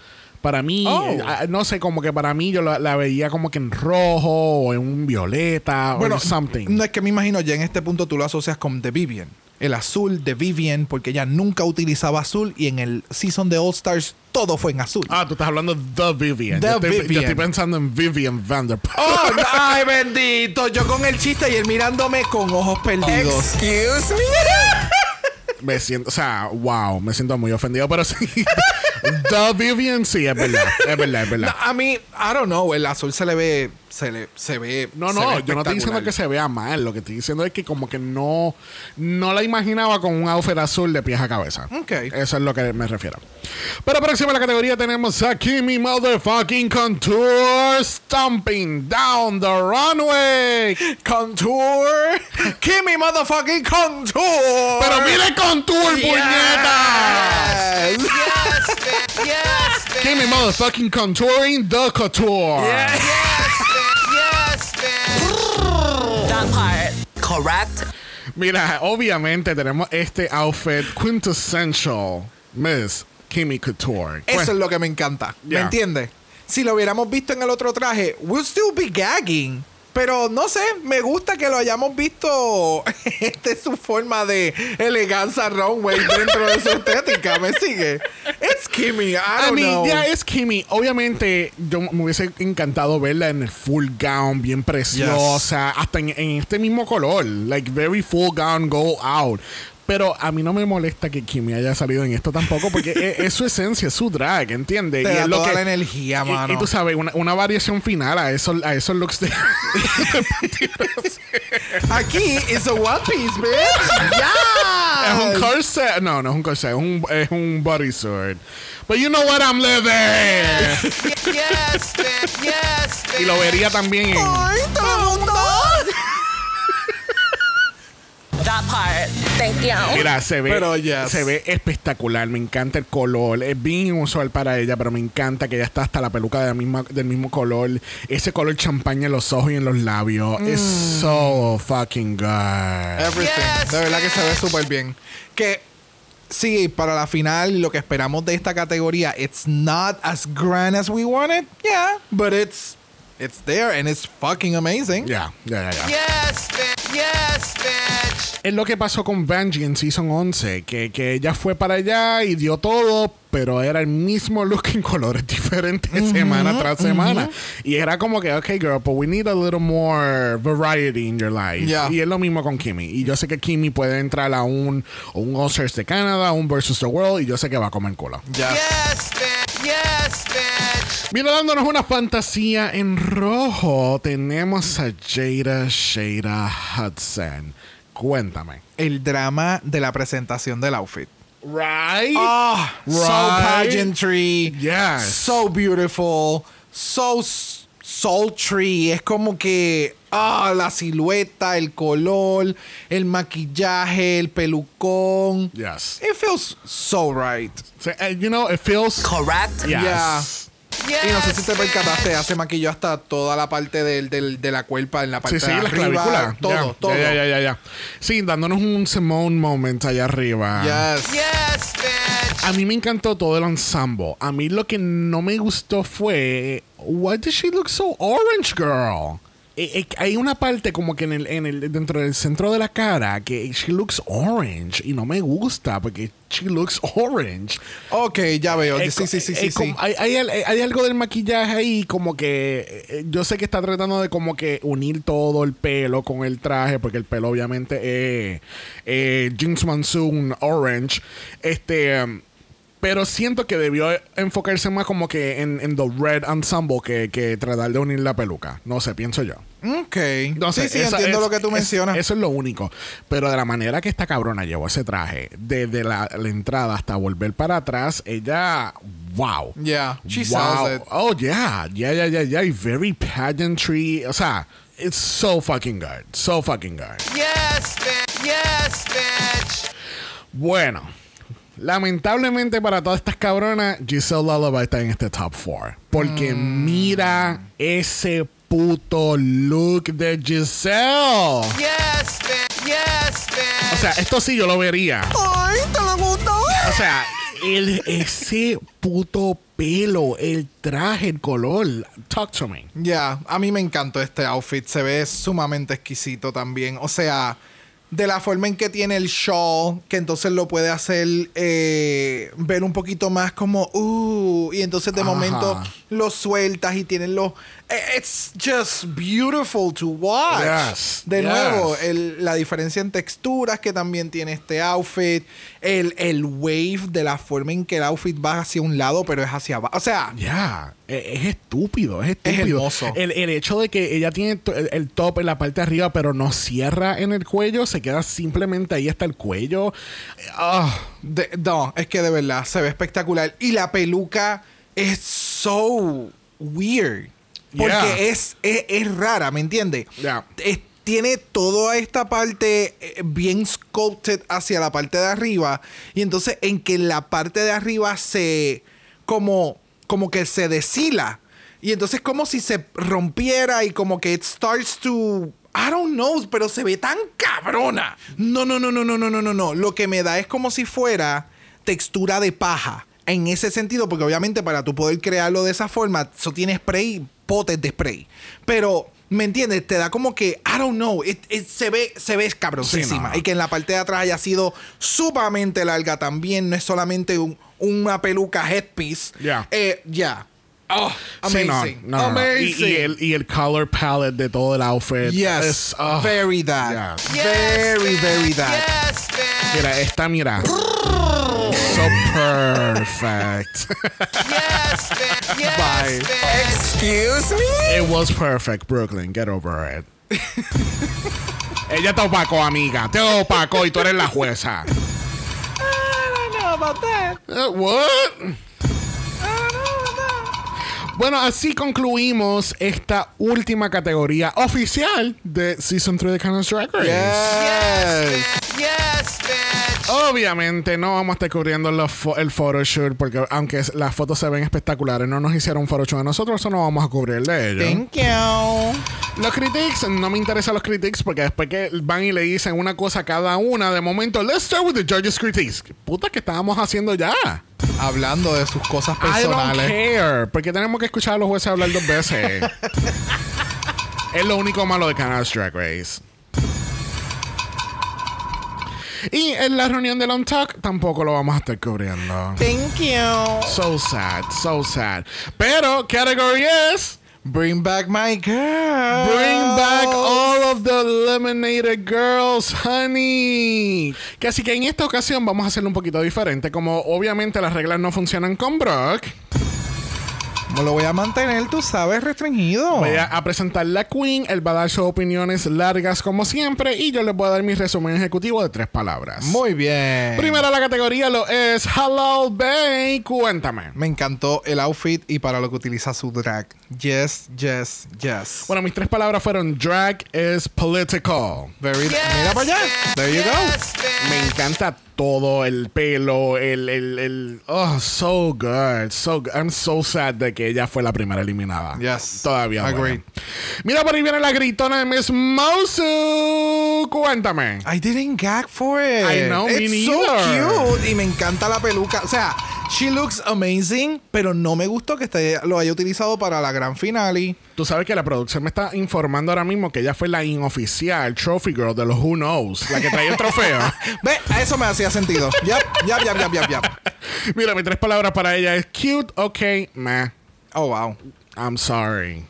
A: Para mí,
E: Oh.
A: eh, ah, no sé, como que para mí yo la, la veía como que en rojo o en un violeta o
E: Bueno,
A: en something.
E: no es que me imagino ya en este punto tú lo asocias con The Vivian. El azul de Vivian, porque ella nunca utilizaba azul y en el season de All Stars todo fue en azul.
A: Ah, tú estás hablando de The Vivian.
E: The
A: yo, estoy, yo
E: Vivian.
A: estoy pensando en Vivian Vanderpump.
E: Oh, no, ay, bendito. Yo con el chiste y él mirándome con ojos perdidos.
C: Excuse me.
A: Me siento, o sea, wow, me siento muy ofendido, pero sí. The Vivian, sí, es verdad, es verdad, es
E: No,
A: verdad.
E: a mí, I don't know, el azul se le ve, se le, se ve.
A: No, no,
E: se ve
A: yo no estoy diciendo
E: espectacular.
A: que se vea mal, lo que estoy diciendo es que como que no, no la imaginaba con un outfit azul de pies a cabeza.
E: Ok.
A: Eso es lo que me refiero. Pero próxima a la categoría tenemos aquí mi motherfucking contour stomping down the runway.
E: Contour. Kimmy motherfucking contour.
A: Pero mire contour, puñeta.
E: Yes.
C: Yes, bitch. Yes, bitch.
A: Give me motherfucking contouring the couture.
C: Yes, bitch. Yes, bitch. That part. Correct.
A: Mira, obviamente tenemos este outfit quintessential Miss Kimmy Couture.
E: Eso
A: Pues,
E: es lo que me encanta.
A: Yeah.
E: ¿Me entiendes? Si lo hubiéramos visto en el otro traje, we'll still be gagging. Pero no sé, me gusta que lo hayamos visto. Esta es su forma de elegancia runway dentro de su estética. ¿Me sigue? It's Kimmy. I
A: I
E: don't
A: mean,
E: know.
A: yeah, es Kimmy. Obviamente, yo me hubiese encantado verla en el full gown, bien preciosa, hasta en, en este mismo color, like very full gown, go out. Pero a mí no me molesta que Kimmy haya salido en esto tampoco, porque es, es su esencia, es su drag, ¿entiendes?
E: Te
A: Y
E: da
A: es lo
E: toda
A: que-
E: la energía,
A: Y-
E: mano.
A: Y, tú sabes, una, una variación final a esos, a esos looks de...
E: Aquí es a One Piece, bitch.
A: Es
E: Yeah.
A: un corset. No, no es un corset. Es un, es un bodysuit. But you know what I'm living.
C: Yes, bitch. Yes, bitch.
A: Y lo vería también en...
E: ¡Ay, todo el mundo!
C: That part. Thank you.
A: Mira, se ve,
E: Pero, yes.
A: se ve espectacular. Me encanta el color. Es bien inusual para ella, pero me encanta que ella está hasta la peluca de la misma, del mismo color. Ese color champaña en los ojos y en los labios. Es so fucking
E: Eh.
A: good.
E: Everything.
C: Yes,
E: de verdad que se ve súper bien. Que sí, para la final, lo que esperamos de esta categoría, it's not as grand as we wanted. Yeah, but it's it's there and it's fucking amazing.
A: Ya, ya, ya, ya.
C: Yes, bitch. Yes, bitch.
A: Es lo que pasó con Vanjie en Season 11, que, que ella fue para allá y dio todo, pero era el mismo look en colores diferentes semana tras semana. Y era como que, ok, girl, but we need a little more variety in your life.
E: Yeah.
A: Y es lo mismo con Kimmy. Y yo sé que Kimmy puede entrar a un, a un All Stars de Canadá, a un Versus the World, y yo sé que va a comer cola.
E: Yes.
C: Yes, bitch. Yes, bitch.
A: Mira, dándonos una fantasía en rojo, tenemos a Jada Shada Hudson. Cuéntame.
E: El drama de la presentación del outfit.
A: Right?
E: Oh, so
A: Ah, Right?
E: pageantry.
A: Yes.
E: So beautiful. So s- sultry. Es como que. Ah, la silueta, el color, el maquillaje, el pelucón.
A: Yes.
E: It feels so right.
A: So, uh, you know, it feels.
C: Correct.
A: Yes.
E: Yeah.
C: Yes,
E: Y no sé si te
C: bitch.
E: percataste, ya se maquilló hasta toda la parte del, del- de la cuerpa, en la parte
A: Sí, sí,
E: de
A: la
E: arriba,
A: clavícula.
E: Todo,
A: Ya,
E: todo.
A: Ya, ya, ya, ya. Sí, dándonos un Simone moment allá arriba.
E: Yes.
C: Yes, bitch.
A: A mí me encantó todo el ensemble. A mí lo que no me gustó fue. Why did she look so orange, girl? Eh, eh, hay una parte como que en el, en el, dentro del centro de la cara que she looks orange y no me gusta porque she looks orange.
E: Ok, ya veo.
A: Eh,
E: sí, sí, sí,
A: eh,
E: sí.
A: eh,
E: sí.
A: como- Hay, hay al- hay algo del maquillaje ahí como que eh, yo sé que está tratando de como que unir todo el pelo con el traje porque el pelo obviamente es eh, Jinx Monsoon Orange este um, pero siento que debió enfocarse más como que en, en the red ensemble que, que tratar de unir la peluca no sé pienso yo
E: Ok.
A: no sé,
E: sí, sí,
A: esa-
E: entiendo
A: es-
E: lo que tú
A: es-
E: mencionas.
A: Eso es lo único. Pero de la manera que esta cabrona llevó ese traje, desde la, la entrada hasta volver para atrás, ella. ¡Wow!
E: Yeah, she
A: wow.
E: sells it.
A: Oh, yeah. Yeah, yeah, yeah, yeah. Y Very pageantry. O sea, it's so fucking good. So fucking good.
C: Yes, bitch. Yes, bitch.
A: Bueno, lamentablemente para todas estas cabronas, Giselle Lullaby está en este top 4. Porque
E: Mm.
A: mira ese puto look de Giselle.
C: Yes, bitch. Yes, bitch.
A: O sea, esto sí yo lo vería.
C: Ay, ¿te lo gustó?
A: O sea, el, ese puto pelo, el traje, el color. Talk to me.
E: Ya, a mí me encantó este outfit. Se ve sumamente exquisito también. O sea, de la forma en que tiene el shawl, que entonces lo puede hacer eh, ver un poquito más como, uh, y entonces de
A: Ajá.
E: momento lo sueltas y tienen los. eh, It's just beautiful to watch.
A: Yes,
E: De
A: yes.
E: nuevo, el- la diferencia en texturas que también tiene este outfit, el, el wave de la forma en que el outfit va hacia un lado, pero es hacia abajo. O sea,
A: Ya, e- es estúpido, es estúpido.
E: hermoso.
A: El, el hecho de que ella tiene to- el, el top en la parte de arriba, pero no cierra en el cuello, se queda simplemente ahí hasta el cuello. Ah,
E: De- no, es que de verdad se ve espectacular. Y la peluca es so weird. Porque
A: Yeah.
E: es, es, es rara, ¿me entiendes?
A: Yeah.
E: Tiene toda esta parte eh, bien sculpted hacia la parte de arriba. Y entonces en que la parte de arriba se. como. como que se deshila. Y entonces como si se rompiera y como que it starts to. I don't know, pero se ve tan cabrona. No, no, no, no, no, no, no, no, no. Lo que me da es como si fuera textura de paja. En ese sentido, porque obviamente para tú poder crearlo de esa forma, eso tiene spray, potes de spray. Pero, ¿me entiendes? Te da como que, I don't know, it- it se ve, se ve cabroncísima.
A: Sí, no.
E: Y que en la parte de atrás haya sido sumamente larga también. No es solamente un- una peluca headpiece.
A: Yeah.
E: Eh, ya. Oh,
A: sí,
E: amazing.
A: no, no, no, no. Y-
E: amazing.
A: Y, el, y el color palette de todo el outfit.
E: Yes.
A: es- ah.
E: very that.
A: Yes.
E: Very, very that.
C: Yes, bitch.
A: Mira, esta mira. so perfect.
C: Yes, bitch. Yes,
E: Bye.
C: bitch. Excuse me?
A: It was perfect, Brooklyn. Get over it. Ella te opacó, amiga. Te opacó y tú eres la jueza.
C: I don't know about that.
A: Eh, what?
C: I don't know about that.
A: Bueno, así concluimos esta última categoría oficial de Season 3 de Canon's Drag Race.
E: Yes.
C: Bitch. Yes, bitch.
A: Obviamente no vamos a estar cubriendo los fo- el photoshoot porque aunque es- las fotos se ven espectaculares, no nos hicieron un photoshoot a nosotros, eso no vamos a cubrir de ello.
E: Thank you.
A: Los critics, no me interesan los critics porque después que van y le dicen una cosa a cada una, de momento, let's start with the judges' critiques. Puta, que estábamos haciendo ya?
E: Hablando de sus cosas
A: I don't
E: personales.
A: care. Porque tenemos que escuchar a los jueces hablar dos veces. es lo único malo de Canal Drag Race. Y en la reunión de Long Talk tampoco lo vamos a estar cubriendo.
E: Thank you.
A: So sad, so sad. Pero, category es.
E: Bring back my girl.
A: Bring back all of the eliminated girls, honey. Que así que en esta ocasión vamos a hacerlo un poquito diferente. Como obviamente las reglas no funcionan con Brock,
E: Me lo voy a mantener, tú sabes, restringido.
A: voy a, a presentar la Queen. Él va a dar sus opiniones largas como siempre y yo les voy a dar mi resumen ejecutivo de tres palabras.
E: Muy bien.
A: Primero la categoría lo es Hello Bay. Cuéntame.
E: Me encantó el outfit y para lo que utiliza su drag. Yes, yes, yes.
A: Bueno, mis tres palabras fueron drag is political.
E: Very-
C: Yes,
E: mira para allá.
C: bitch.
E: There you
C: yes,
E: go.
C: Bitch.
A: Me encanta todo, el pelo, el, el, el- Oh, so good, so good. I'm so sad de que ella fue la primera eliminada.
E: Yes.
A: Todavía.
E: Agreed.
A: bueno. Mira, por ahí viene la gritona de Miss Mosu. Cuéntame.
E: I didn't gag for it.
A: I know, me
E: It's
A: neither.
E: so cute. Y me encanta la peluca. O sea, she looks amazing, pero no me gustó que este lo haya utilizado para la gran finale.
A: Tú sabes que la producción me está informando ahora mismo que ella fue la inoficial Trophy Girl de los Who Knows, la que traía el trofeo.
E: Ve, eso me hacía sentido. Yep, yep, yep, yep, yep, yep.
A: Mira, mis tres palabras para ella es cute, ok, meh.
E: Oh, wow.
A: I'm sorry.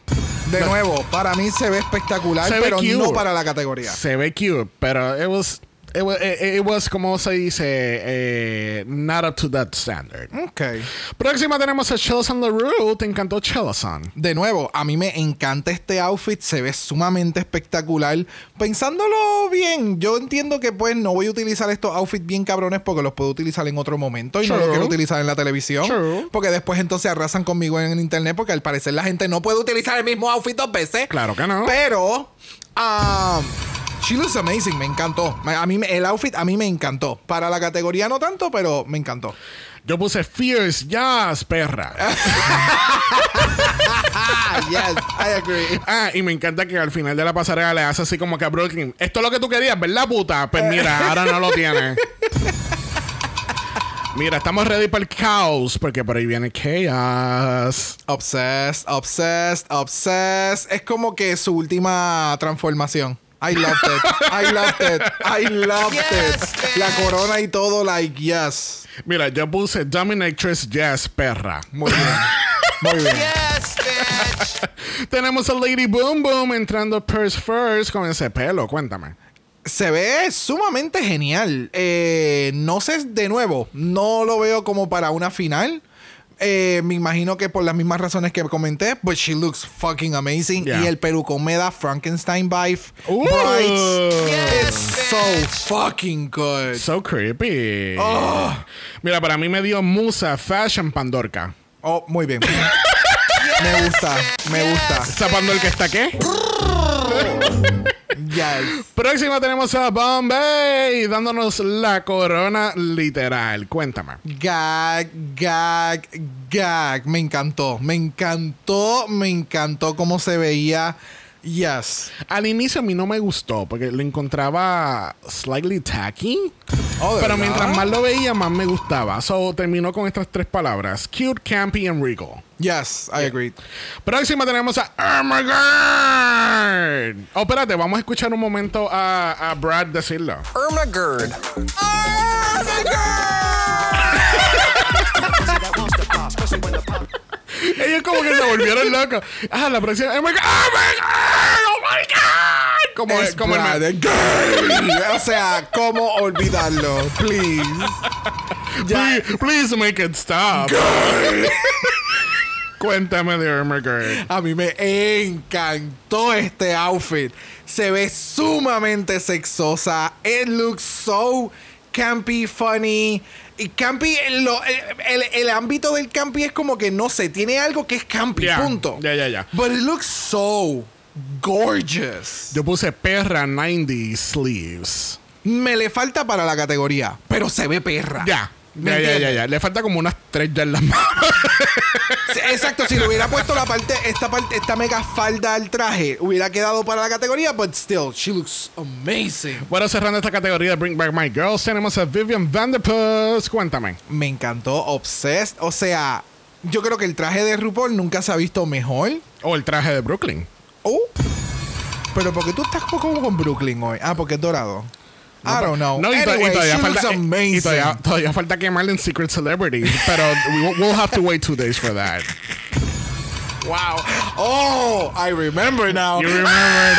E: De nuevo, para mí se ve espectacular,
A: Se ve
E: pero
A: cute.
E: no para la categoría.
A: Se ve cute, pero it was, it was, it- it was, como se dice, eh, not up to that standard.
E: Ok.
A: Próxima tenemos a Chelson LaRue. Te encantó Chelson.
E: De nuevo, a mí me encanta este outfit, se ve sumamente espectacular. Pensándolo bien, yo entiendo que pues no voy a utilizar estos outfits bien cabrones porque los puedo utilizar en otro momento y no
A: True.
E: los quiero utilizar en la televisión.
A: True.
E: Porque después entonces arrasan conmigo en el internet porque al parecer la gente no puede utilizar el mismo outfit dos veces.
A: Claro que no.
E: Pero, um, she looks amazing, me encantó. Me- A mí, me- el outfit a mí me encantó. Para la categoría no tanto, pero me encantó.
A: Yo puse Fierce Jazz, perra.
E: Ah, yes, I agree.
A: Ah, y me encanta que al final de la pasarela le hace así como que a Brooklyn. Esto es lo que tú querías, ¿verdad, puta? Pues mira, ahora no lo tiene. Mira, estamos ready para el caos, porque por ahí viene chaos.
E: Obsessed, obsessed, obsessed. Es como que su última transformación. I loved it. I loved it. I loved
C: Yes,
E: it. La
C: bitch.
E: corona y todo, like, yes.
A: Mira, yo puse Dominatrix Yes, perra.
E: Muy bien. Muy bien.
C: Yes, bitch.
A: Tenemos a Lady Boom Boom entrando Purse First con ese pelo, cuéntame.
E: Se ve sumamente genial. Eh, no sé, de nuevo, no lo veo como para una final. Eh, me imagino que por las mismas razones que comenté, but she looks fucking amazing.
A: Yeah.
E: Y el pelucón me da Frankenstein vibe.
A: Ooh.
E: Brights.
C: Yes,
E: It's so
C: bitch.
E: fucking good.
A: So creepy. Mira, para mí me dio Musa Fashion Pandorca.
E: Oh, muy bien. me gusta, me gusta.
A: ¿Esa Pandorca está qué?
E: Yes.
A: Próxima tenemos a Bombay dándonos la corona literal. Cuéntame.
E: Gag, gag, gag. Me encantó, me encantó, me encantó cómo se veía. Yes.
A: Al inicio a mí no me gustó porque lo encontraba slightly tacky.
E: Oh, ¿de
A: Pero
E: verdad?
A: mientras más lo veía, más me gustaba. So terminó con estas tres palabras: cute, campy, and regal.
E: Yes, I agree.
A: Próxima tenemos a Oh my God. Oh, espérate, vamos a escuchar un momento a, a Brad decirlo.
C: Irma Gerd. Irma Gerd.
A: Ellos como que se volvieron locos. Ah, la próxima. Oh my God. Oh my God. Oh my God. Como,
E: Es
A: como el
E: Brad,
A: meme.
E: es gay. o sea, ¿cómo olvidarlo? Please. Ya.
A: Please, please make it stop. Cuéntame de Irma Gerd.
E: A mí me encantó este outfit. Se ve sumamente sexosa. It looks so campy, funny. Y campy, lo- el, el- el ámbito del campy es como que no sé, tiene algo que es campy,
A: Ya,
E: punto.
A: ya, ya, ya.
E: But it looks so gorgeous.
A: Yo puse perra 90 sleeves.
E: Me le falta para la categoría, pero se ve perra.
A: Ya.
E: Ah, ¿Me
A: Ya, ya, ya,
E: entiendes?
A: ya. Le falta como unas tres yardas más.
E: Sí, Exacto, si le hubiera puesto la parte, esta parte, esta mega falda al traje, hubiera quedado para la categoría, but still, she looks amazing.
A: Bueno, cerrando esta categoría de Bring Back My Girls, tenemos a Vivian Vanderpuss. Cuéntame.
E: Me encantó, obsessed. O sea, yo creo que el traje de RuPaul nunca se ha visto mejor.
A: O el traje de Brooklyn.
E: Oh. Pero porque tú estás como con Brooklyn hoy. Ah, porque es dorado. I don't know.
A: No, y, to- y
E: Oh, Anyway,
A: todavía
E: she looks
A: falta, e-, y
E: amazing.
A: todavía, todavía falta quemarle en Secret Celebrities, pero we- we'll have to wait two days for that.
E: Wow. Oh, I remember now.
A: You remember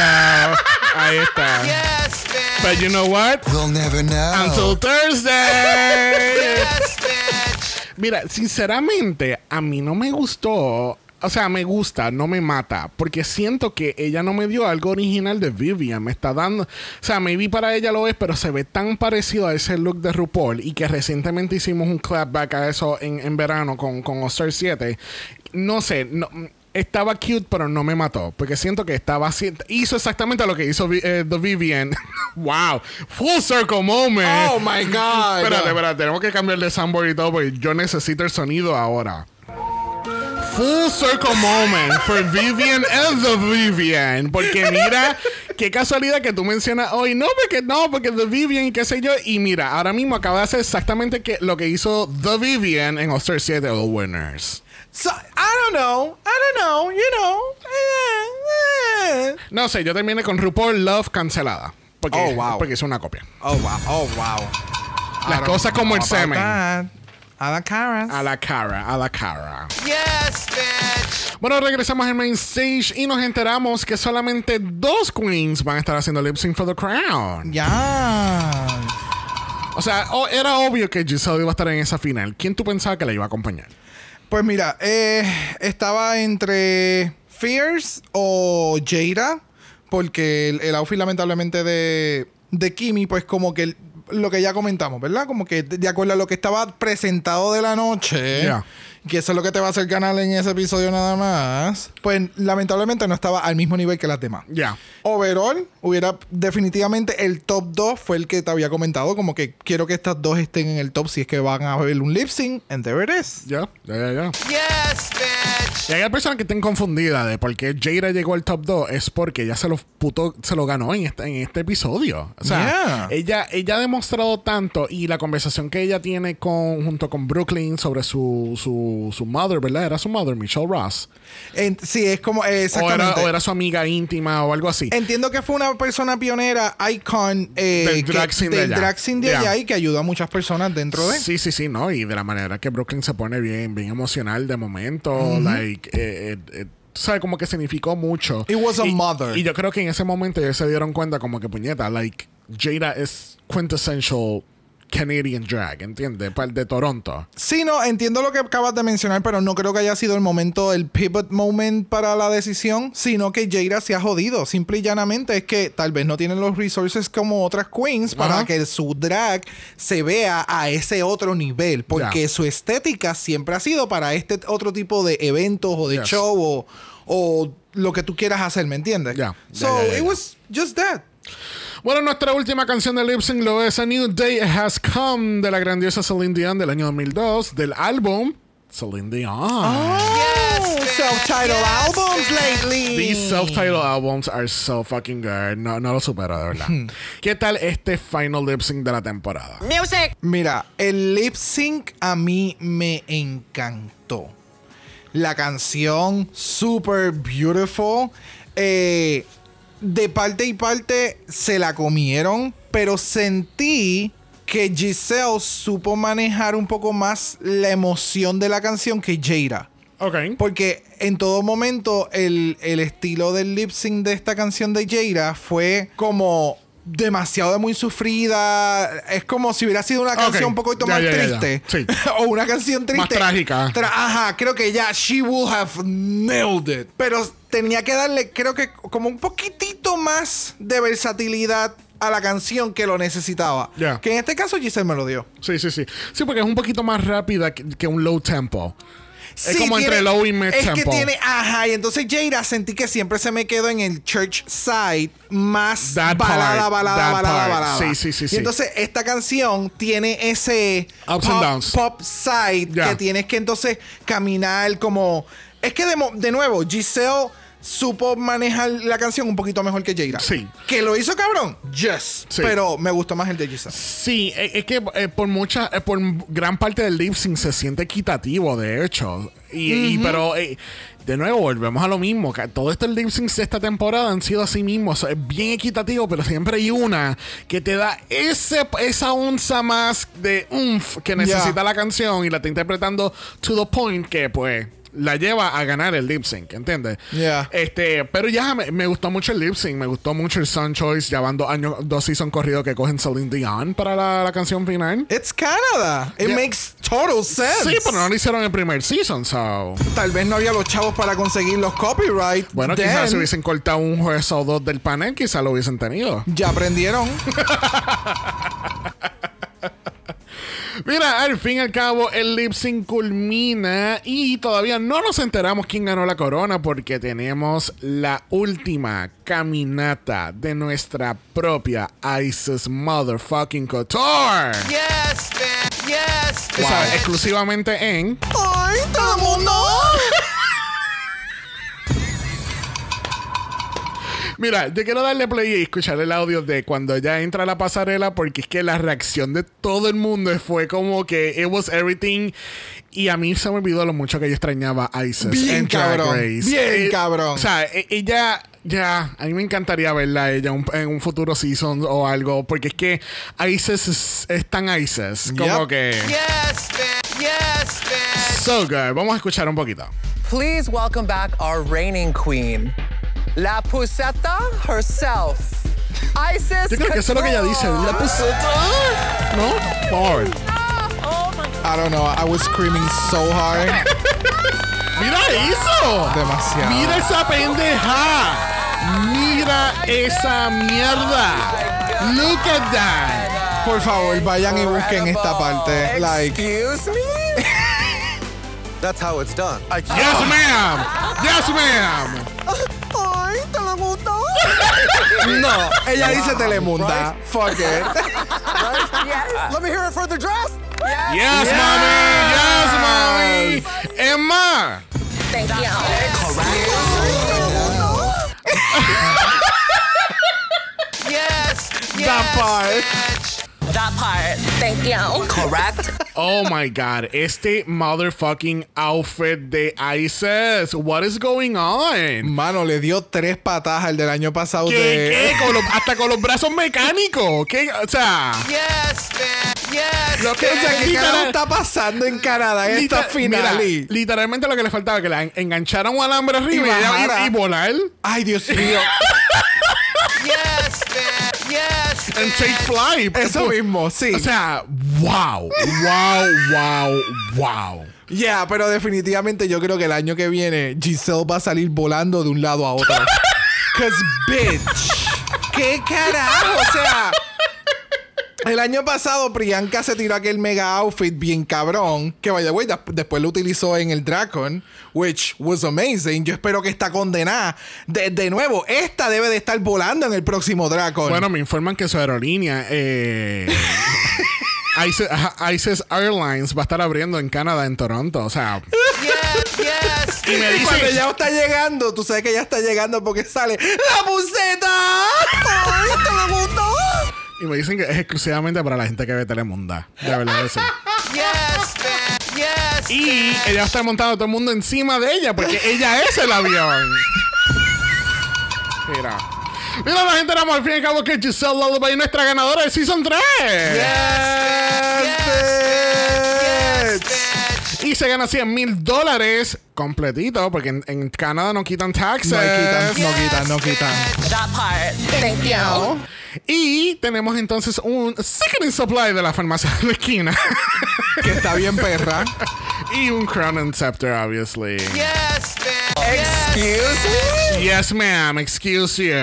A: now. Ahí está.
C: Yes, bitch.
A: But you know what?
C: We'll never know.
A: Until Thursday.
C: Yes, bitch.
A: Mira, sinceramente, a mí no me gustó. O sea, me gusta, no me mata. Porque siento que ella no me dio algo original de Vivian. Me está dando. O sea, maybe para ella lo es, pero se ve tan parecido a ese look de RuPaul. Y que recientemente hicimos un clapback a eso en, en verano con, con All Star 7. No sé, no- Estaba cute, pero no me mató. Porque siento que estaba haciendo. Hizo exactamente lo que hizo Vi- eh, The Vivian. ¡Wow! Full circle moment.
E: Oh my God.
A: Espérate, espérate, tenemos que cambiarle soundboard y todo porque yo necesito el sonido ahora. Full circle moment for Vivian and the Vivian. Porque mira, qué casualidad que tú mencionas hoy. No, porque no, porque The Vivian y qué sé yo. Y mira, ahora mismo acaba de hacer exactamente que, lo que hizo The Vivian en All-Star 7 All Winners.
E: So, I don't know. I don't know. You know. Eh, eh.
A: No sé, yo terminé con RuPaul Love cancelada. Porque,
E: Oh, wow.
A: porque hizo una copia.
E: Oh, wow. Oh, wow.
A: Las cosas como el
E: eh.
A: semen.
E: Ah, A la cara.
A: A la cara, a la cara.
C: Yes, bitch.
A: Bueno, regresamos al main stage y nos enteramos que solamente dos queens van a estar haciendo lip sync for the crown.
E: Ya.
A: O sea, o- era obvio que Giselle iba a estar en esa final. ¿Quién tú pensabas que la iba a acompañar?
E: Pues mira, eh, estaba entre Fierce o Jaira, porque el, el outfit lamentablemente de, de Kimi, pues como que el- lo que ya comentamos, ¿verdad? Como que de de acuerdo a lo que estaba presentado de la noche,
A: Ya.
E: que eso es lo que te va a hacer ganar en ese episodio nada más, pues lamentablemente no estaba al mismo nivel que las demás.
A: Ya.
E: Overall, hubiera definitivamente el top 2 fue el que te había comentado, como que quiero que estas dos estén en el top si es que van a ver un lip sync, and there it is.
A: Ya, ya, ya, ya.
C: Yes, bitch.
A: Y hay personas que estén confundidas de por qué Jada llegó al top 2 es porque ya se lo puto, se lo ganó en este, en este episodio. O sea,
E: Yeah.
A: ella, ella ha demostrado tanto y la conversación que ella tiene con, junto con Brooklyn sobre su, su, su mother, ¿verdad? Era su mother, Michelle Ross.
E: En- sí, es como eh,
A: O era,
E: exactamente.
A: o era su amiga íntima o algo así.
E: Entiendo que fue una persona pionera, icon eh,
A: Del
E: que-
A: drag scene de
E: del
A: allá.
E: drag scene de
A: Yeah.
E: allá y que ayudó a muchas personas dentro de.
A: Sí, sí, sí, no. Y de la manera que Brooklyn se pone bien, bien emocional de momento. Like, eh, eh, eh, tú sabes, como que significó mucho.
E: It was a
A: y,
E: mother.
A: Y yo creo que en ese momento ellos se dieron cuenta, como que puñeta, like, Jada es quintessential Canadian drag, ¿entiendes? Para el de Toronto.
E: Sí, no, entiendo lo que acabas de mencionar, pero no creo que haya sido el momento, el pivot moment para la decisión, sino que Jaira se ha jodido. Simple y llanamente es que tal vez no tienen los resources como otras queens para
A: Ajá.
E: que su drag se vea a ese otro nivel, porque
A: Ya.
E: su estética siempre ha sido para este otro tipo de eventos o de
A: Yes.
E: show o, o lo que tú quieras hacer, ¿me entiendes?
A: Ya.
E: So,
A: Ya, ya, ya, ya.
E: it was just that.
A: Bueno, nuestra última canción de Lip Sync lo es A New Day Has Come de la grandiosa Celine Dion del año 2002, del álbum Celine Dion.
E: Ah.
C: Yes, bitch.
E: Self-titled
C: Yes,
E: albums
C: bitch.
E: lately.
A: These self-titled albums are so fucking good. No, no lo supero, de verdad.
E: Hmm.
A: ¿Qué tal este final lip sync de la temporada?
C: Music.
E: Mira, el lip sync a mí me encantó. La canción, super beautiful. Eh, de parte y parte se la comieron, pero sentí que Giselle supo manejar un poco más la emoción de la canción que Jaira.
A: Ok.
E: Porque en todo momento el, el estilo del lip sync de esta canción de Jaira fue como demasiado de muy sufrida. Es como si hubiera sido una canción un poquito
A: Ya,
E: más
A: ya, ya, ya.
E: triste.
A: Sí.
E: o una canción triste.
A: trágica.
E: Tra- ajá, creo que ya she would have nailed it. Pero tenía que darle, creo que como un poquitito más de versatilidad a la canción que lo necesitaba.
A: Ya.
E: Que en este caso Giselle me lo dio.
A: Sí, sí, sí. Sí, porque es un poquito más rápida que, que un low tempo. Es
E: Sí,
A: como entre
E: tiene-
A: low y mid
E: Es
A: tempo.
E: que tiene, ajá, y entonces Jaira sentí que siempre se me quedó en el church side más
A: That
E: balada,
A: part,
E: balada,
A: that
E: balada,
A: part.
E: balada.
A: Sí, sí, sí,
E: Y
A: sí.
E: entonces esta canción tiene ese
A: Ups and
E: pop,
A: downs.
E: pop side
A: Ya.
E: que tienes que entonces caminar como. Es que de, mo- de nuevo, Giselle supo manejar la canción un poquito mejor que Jaira.
A: Sí.
E: Que lo hizo cabrón, yes.
A: Sí.
E: Pero me gustó más el de Giselle.
A: Sí, es, es que eh, por mucha, eh, por gran parte del lip sync se siente equitativo, de hecho. Y, y- pero eh, de nuevo volvemos a lo mismo. que Todo estos lip syncs de esta temporada han sido así mismos. O sea, es bien equitativo, pero siempre hay una que te da ese, esa onza más de umf que necesita la canción y la está interpretando to the point que pues la lleva a ganar el lip sync, ¿entiendes?
E: Yeah.
A: Este, pero ya me, me gustó mucho el lip sync, me gustó mucho el Sun Choice. Ya van dos años, dos seasons corridos que cogen Celine Dion para la, la canción final.
E: It's Canada. It
A: Yeah.
E: makes total sense.
A: Sí, pero no lo hicieron en el primer season, so.
E: Tal vez no había los chavos para conseguir los copyrights.
A: Bueno, quizás si hubiesen cortado un juez o dos del panel, quizás lo hubiesen tenido.
E: Ya aprendieron.
A: Mira, al fin y al cabo, el lip sync culmina y todavía no nos enteramos quién ganó la corona porque tenemos la última caminata de nuestra propia Isis Motherfucking Couture.
C: Yes, bitch. Yes,
A: O sea,
C: bitch.
A: exclusivamente en.
E: ¡Ay, mundo!
A: Mira, yo quiero darle play y escuchar el audio de cuando ella entra a la pasarela porque es que la reacción de todo el mundo fue como que it was everything y a mí se me olvidó lo mucho que yo extrañaba a Isis
E: Bien
A: en Drag
E: cabrón,
A: Race. Eh,
E: bien cabrón.
A: O sea, e- ella ya a mí me encantaría verla a ella un- en un futuro season o algo porque es que Isis es, es tan Isis como
E: Yep.
A: que
C: Yes, bitch. Yes, bitch.
A: so good. Vamos a escuchar un poquito.
B: Please welcome back our reigning queen, La Puseta herself. Isis.
A: Yo creo que eso es lo que ella dice.
B: Couture.
A: La puso ¿No? Por favor.
C: Ah,
B: Oh my God.
E: I don't know. I was screaming so hard.
A: Mira eso.
E: Demasiado.
A: Mira esa pendeja. Mira esa mierda. Look at that.
E: Oh, Por favor, vayan y busquen esta parte. Like,
C: Excuse me. That's how it's done.
F: I can't.
A: Yes, ma'am. Yes, ma'am.
C: Ay, talaguta.
E: No, ella dice Telemunda. Fuck it.
B: Yes.
C: Let me hear it for the dress.
B: Yes.
A: Yes, mommy. Yes, mommy. Emma.
G: Thank you.
B: Yes. Yes.
E: part.
B: bitch.
G: That part. Thank you. Correct.
A: Oh my God. Este motherfucking outfit de Isis. What is going on?
E: Mano, le dio tres patadas al del año pasado de.
A: ¿Qué, qué? Con los- hasta con los brazos mecánicos. ¿Qué? O sea.
B: Yes, bitch. Yes.
E: Lo que, o sea, ¿qué
A: Literal-
E: carajo está pasando en Canadá en esta
A: Liter-
E: final?
A: mira, literalmente lo que le faltaba que la en- enganchara un alambre arriba y,
E: bajara.
A: y- y volar
E: Ay, Dios mío.
B: Yes, bitch. Yes.
A: and
B: bitch.
A: take flight. Pues,
E: Eso mismo, sí.
A: O sea, wow, wow, wow, wow.
E: Ya, pero definitivamente yo creo que el año que viene Giselle va a salir volando de un lado a otro. Cause bitch. ¿Qué carajo? O sea. El año pasado Priyanka se tiró aquel mega outfit bien cabrón. Que vaya, güey, después lo utilizó en el Dracon, which was amazing. Yo espero que está condenada. De, de nuevo, esta debe de estar volando en el próximo Dracon.
A: Bueno, me informan que su aerolínea, eh, ISIS, ajá, ISIS Airlines, va a estar abriendo en Canadá, en Toronto. O sea,
B: Yes, yes.
A: y me
E: Y cuando
A: dicen,
E: ya está llegando, tú sabes que ya está llegando porque sale la buceta. ¡Ay, Telemundo!
A: y me dicen que es exclusivamente para la gente que ve Telemunda. De verdad que sí.
B: Yes, bitch. Yes.
A: Y ella está montando todo el mundo encima de ella porque ella es el avión. Mira. Mira, la gente era al fin y al cabo que Giselle Lullaby, nuestra ganadora de Season 3.
E: Yes, bitch.
A: Y se gana 100 mil dólares completito porque en, en Canadá no quitan taxes.
E: No quitan, no quitan, no quitan.
G: That part. Thank you.
A: Y tenemos entonces un Second Supply de la farmacia de la esquina.
E: Que está bien perra.
A: y un Crown and Scepter, obviously.
B: Yes, bitch.
C: Excuse me.
A: Yes, ma'am. Excuse you.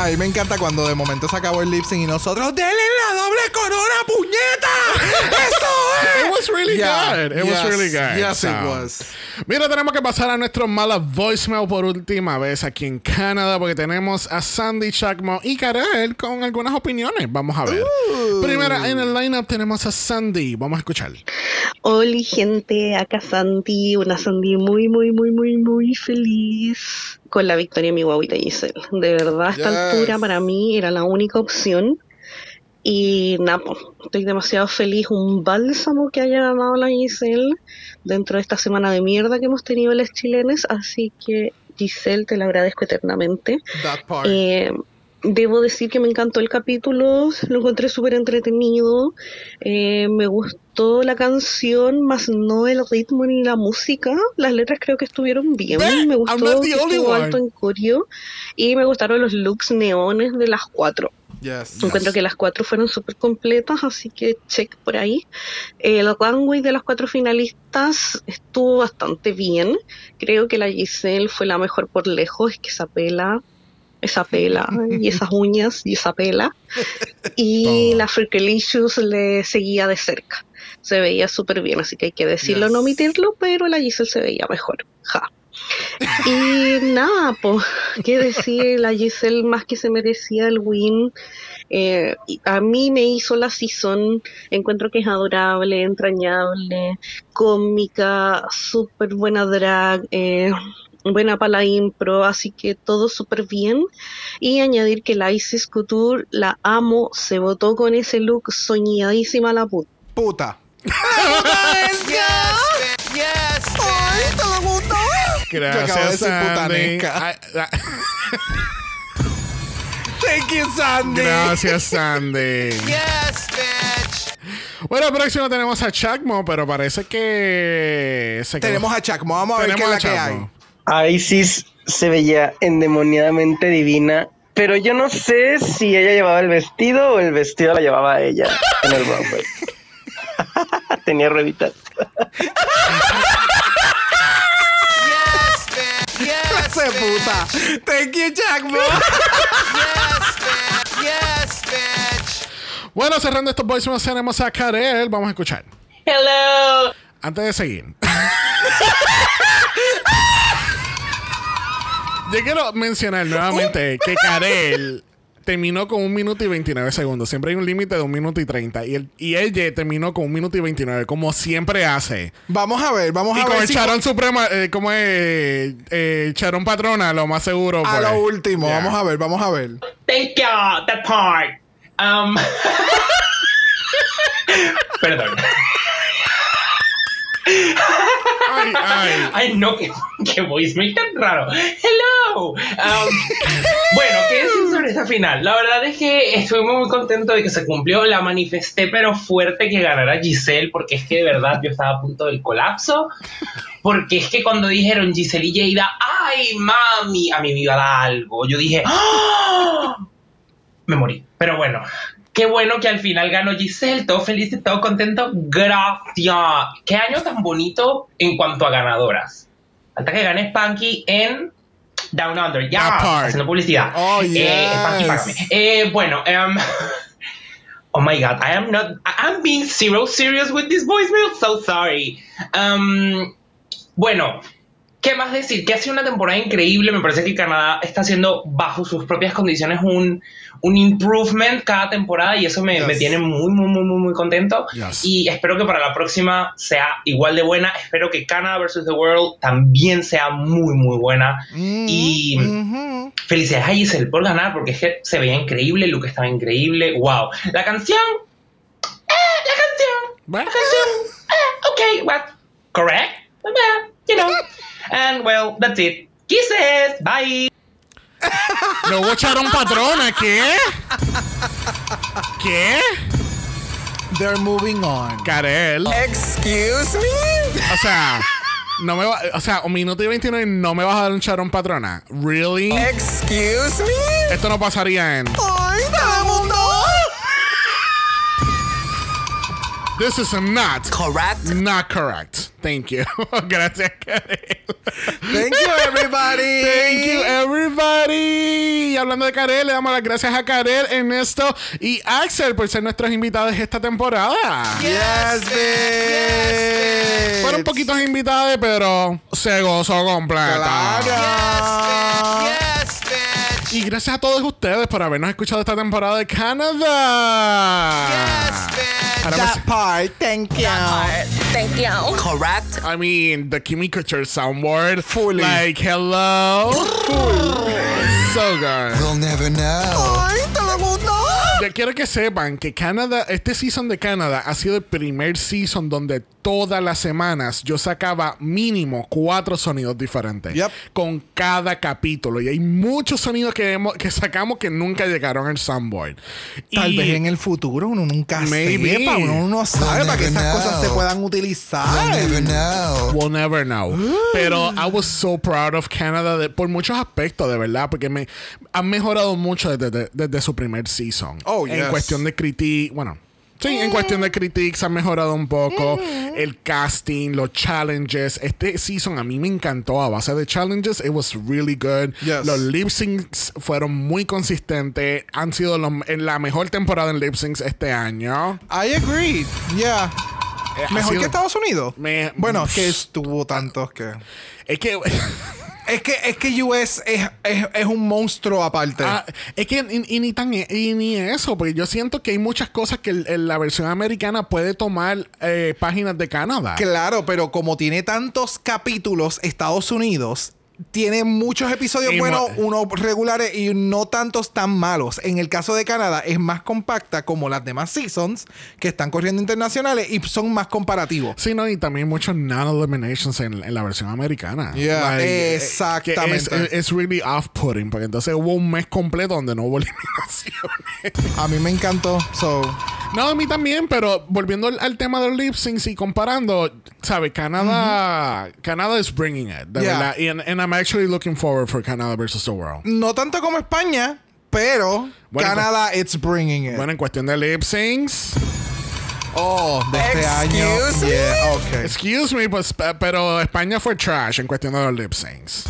E: A mí me encanta cuando de momento se acabó el lip sync y nosotros denle la doble corona, puñeta. Eso
A: It
E: es.
A: was really
E: Yeah,
A: good. It
E: yes,
A: was really good.
E: yes,
A: So,
E: it was.
A: Mira, tenemos que pasar a nuestro mala voicemail por última vez aquí en Canadá porque tenemos a Sandy Chacmo y Karel con algunas opiniones. Vamos a ver. Primero en el lineup tenemos a Sandy. Vamos a escuchar.
H: Hola gente, acá Santi, una Sandy muy, muy, muy, muy, muy feliz con la victoria de mi guaguita Giselle. De verdad, a esta
E: Yes.
H: altura para mí era la única opción. Y Napo, estoy demasiado feliz, un bálsamo que haya ganado la Giselle dentro de esta semana de mierda que hemos tenido los chilenes. Así que Giselle, te lo agradezco eternamente.
E: That part.
H: Eh, debo decir que me encantó el capítulo, lo encontré súper entretenido, eh, me gustó la canción, más no el ritmo ni la música, las letras creo que estuvieron bien,
A: Ve,
H: me
A: I'm not
H: gustó
A: the
H: que
A: only
H: estuvo
A: one.
H: alto en coreo y me gustaron los looks neones de las cuatro.
E: Yes.
H: Encuentro que las cuatro fueron súper completas, así que check por ahí. El runway de las cuatro finalistas estuvo bastante bien. Creo que la Giselle fue la mejor por lejos, es que esa pela, esa pela, y esas uñas, y esa pela. Y la Freakalicious le seguía de cerca. Se veía súper bien, así que hay que decirlo, no
E: Yes.
H: omitirlo, pero la Giselle se veía mejor. Ja. Y nada, pues, qué decir, la Giselle más que se merecía el win. Eh, y a mí me hizo la season, encuentro que es adorable, entrañable, cómica, súper buena drag, eh, buena para la impro, así que todo súper bien. Y añadir que la Isis Couture, la amo, se votó con ese look soñadísima la puta.
E: Puta.
B: Yes, bitch. Yes.
C: Ay, talaguta.
A: Gracias,
E: acabo de ser
A: Sandy.
E: putanesca.
A: Ay, ay,
E: Thank you, Sandy.
A: Gracias, Sandy.
B: Yes, bitch.
A: Bueno, próximo tenemos a Chacmo, pero parece que... se quedó-
E: Tenemos a Chacmo. Vamos a ver qué es
A: tenemos
E: la
A: a
E: que hay.
A: Chacmo.
I: a Isis se veía endemoniadamente divina, pero yo no sé si ella llevaba el vestido o el vestido la llevaba a ella en el runway. Tenía rueditas.
B: Yes, bitch. Yes,
E: Clase de puta. Thank you, Chacmo.
B: yes, bitch. Yes, bitch.
A: Bueno, cerrando estos voicemails tenemos a Karel. Vamos a escuchar.
J: Hello.
A: Antes de seguir. Yo quiero mencionar nuevamente que Karel terminó con un minuto y 29 segundos. Siempre hay un límite de un minuto y 30. Y, el, y ella terminó con un minuto y 29, como siempre hace.
E: Vamos a ver, vamos
A: Y
E: a
A: con
E: ver.
A: el
E: si-
A: Charón Suprema, eh, como es eh, Charón Patrona, lo más seguro.
E: a
A: pues.
E: lo último,
A: Ya.
E: vamos a ver, vamos a ver.
F: Thank God, that part. Um, perdón.
A: Ay, ay.
F: Ay, no, qué, qué voicemail tan raro. Hello. Um, bueno, ¿qué decir sobre esta final? La verdad es que estuvimos muy contentos de que se cumplió. La manifesté, pero fuerte que ganara Giselle, porque es que de verdad yo estaba a punto del colapso. Porque es que cuando dijeron Giselle y Jada, ay, mami, a mí me iba a dar algo. Yo dije, ¡Ah! me morí. Pero bueno, qué bueno que al final ganó Giselle, todo feliz, todo contento. Gracias. Qué año tan bonito en cuanto a ganadoras. Hasta que gane Spanky en Down Under. Ya,
A: That part.
F: haciendo publicidad.
E: Oh,
F: Eh, Spanky,
E: yes.
F: págame. Eh, bueno, em, Oh my god, I am not. I- I'm being zero serious with this voicemail, so sorry. Um, bueno, ¿qué más decir? Que ha sido una temporada increíble. Me parece que Canadá está haciendo, bajo sus propias condiciones, un, un improvement cada temporada y eso me, me
E: Yes.
F: tiene muy, muy, muy, muy, muy contento.
A: Yes.
F: Y espero que para la próxima sea igual de buena. Espero que Canadá vs. The World también sea muy, muy buena.
E: Mm,
F: Y.
E: Ujú.
F: Felicidades a Giselle por ganar, porque es que se veía increíble, el look estaba increíble. ¡Wow! La canción. ¡Eh! La canción.
A: Bueno.
F: La canción. ¡Eh! Ok, what? Correct? Pues, Yeah, you know. And well, that's it. Kisses! Bye!
A: No hubo Charón Patrona, ¿qué? ¿Qué?
E: They're moving on. Eh,
A: Karel.
C: Excuse me.
A: O sea, no me va, o sea, un minuto y 29 no me vas a dar un charón patrona. Really?
C: Excuse me.
A: Esto no pasaría en
C: Ay, todo el mundo.
A: This is not
G: Correct.
A: not correct. Thank you. Gracias, Karel.
E: Thank you, everybody.
A: Thank you, everybody. Y hablando de Karel, le damos las gracias a Karel, Ernesto y Axel por ser nuestros invitados esta temporada.
E: Yes, bitch.
A: Fueron poquitos invitados, pero se gozó completa.
E: Claro.
B: Yes, bitch.
A: Y gracias a todos ustedes por habernos escuchado esta temporada de Canadá.
G: Ah.
B: Yes, bitch.
A: Ahora
E: That
A: me-
E: part, thank you.
G: Part. Thank you. Correct.
A: pues, I mean, the Kimmy Kutcher soundboard.
E: Fully.
A: Like, hello. so good.
C: We'll never know.
E: Ay, todo el mundo.
A: Yo quiero que sepan que Canadá, este season de Canadá ha sido el primer season donde todas las semanas yo sacaba mínimo cuatro sonidos diferentes
E: Yep.
A: con cada capítulo. Y hay muchos sonidos que, hemos- que sacamos que nunca llegaron al soundboard.
E: Tal
A: Y-
E: vez en el futuro uno nunca
A: Maybe.
E: sepa, uno no sabe
C: We'll
E: para que
C: never
E: esas cosas
C: know.
E: se puedan
C: We'll
E: utilizar.
C: never know.
A: We'll never know. Pero I was so proud of Canada de- por muchos aspectos, de verdad, porque me han mejorado mucho desde, desde- desde su primer season.
E: Oh,
A: en
E: yes. Mm.
A: cuestión de critique, bueno. Sí, en cuestión de critiques han mejorado un poco. El casting, los challenges. Este season a mí me encantó a base de challenges. It was really good.
E: Yes.
A: Los lip syncs fueron muy consistentes. Han sido los- en la mejor temporada en lip syncs este año.
E: I agree. Yeah.
A: Eh, ha
E: Mejor
A: sido-
E: que Estados Unidos.
A: Me-
E: bueno, que estuvo tantos que.
A: Es que.
E: Es que, es que US es, es, es un monstruo aparte.
A: Ah,
E: Este.
A: es que y, y ni tan y ni eso, porque yo siento que hay muchas cosas que el- el- la versión americana puede tomar eh, páginas de Canadá.
E: Claro, pero como tiene tantos capítulos, Estados Unidos tiene muchos episodios
A: Y
E: buenos,
A: mo-
E: unos regulares y no tantos tan malos. En el caso de Canadá es más compacta como las demás seasons que están corriendo internacionales y son más comparativos.
A: Sí, no, y también muchos non-eliminations en, en la versión americana.
E: Yeah,
A: eh,
E: exactamente.
A: que Es, es really off-putting, porque entonces hubo un mes completo donde no hubo eliminaciones.
E: A mí me encantó. So,
A: no, a mí también, pero volviendo al, al tema de los lip syncs y comparando, ¿sabes? Canadá, Canadá is bringing it, de
E: Yeah. Mm.
A: verdad. Y- And, and I'm actually looking forward for Canada versus the world.
E: no tanto como España, pero
A: Bueno,
E: Canadá it's bringing it.
A: Bueno, en cuestión de lip syncs.
E: oh, de este año.
C: Excuse me.
E: Yeah, okay.
A: Excuse me, pues, pe- pero España fue trash en cuestión de los lip syncs.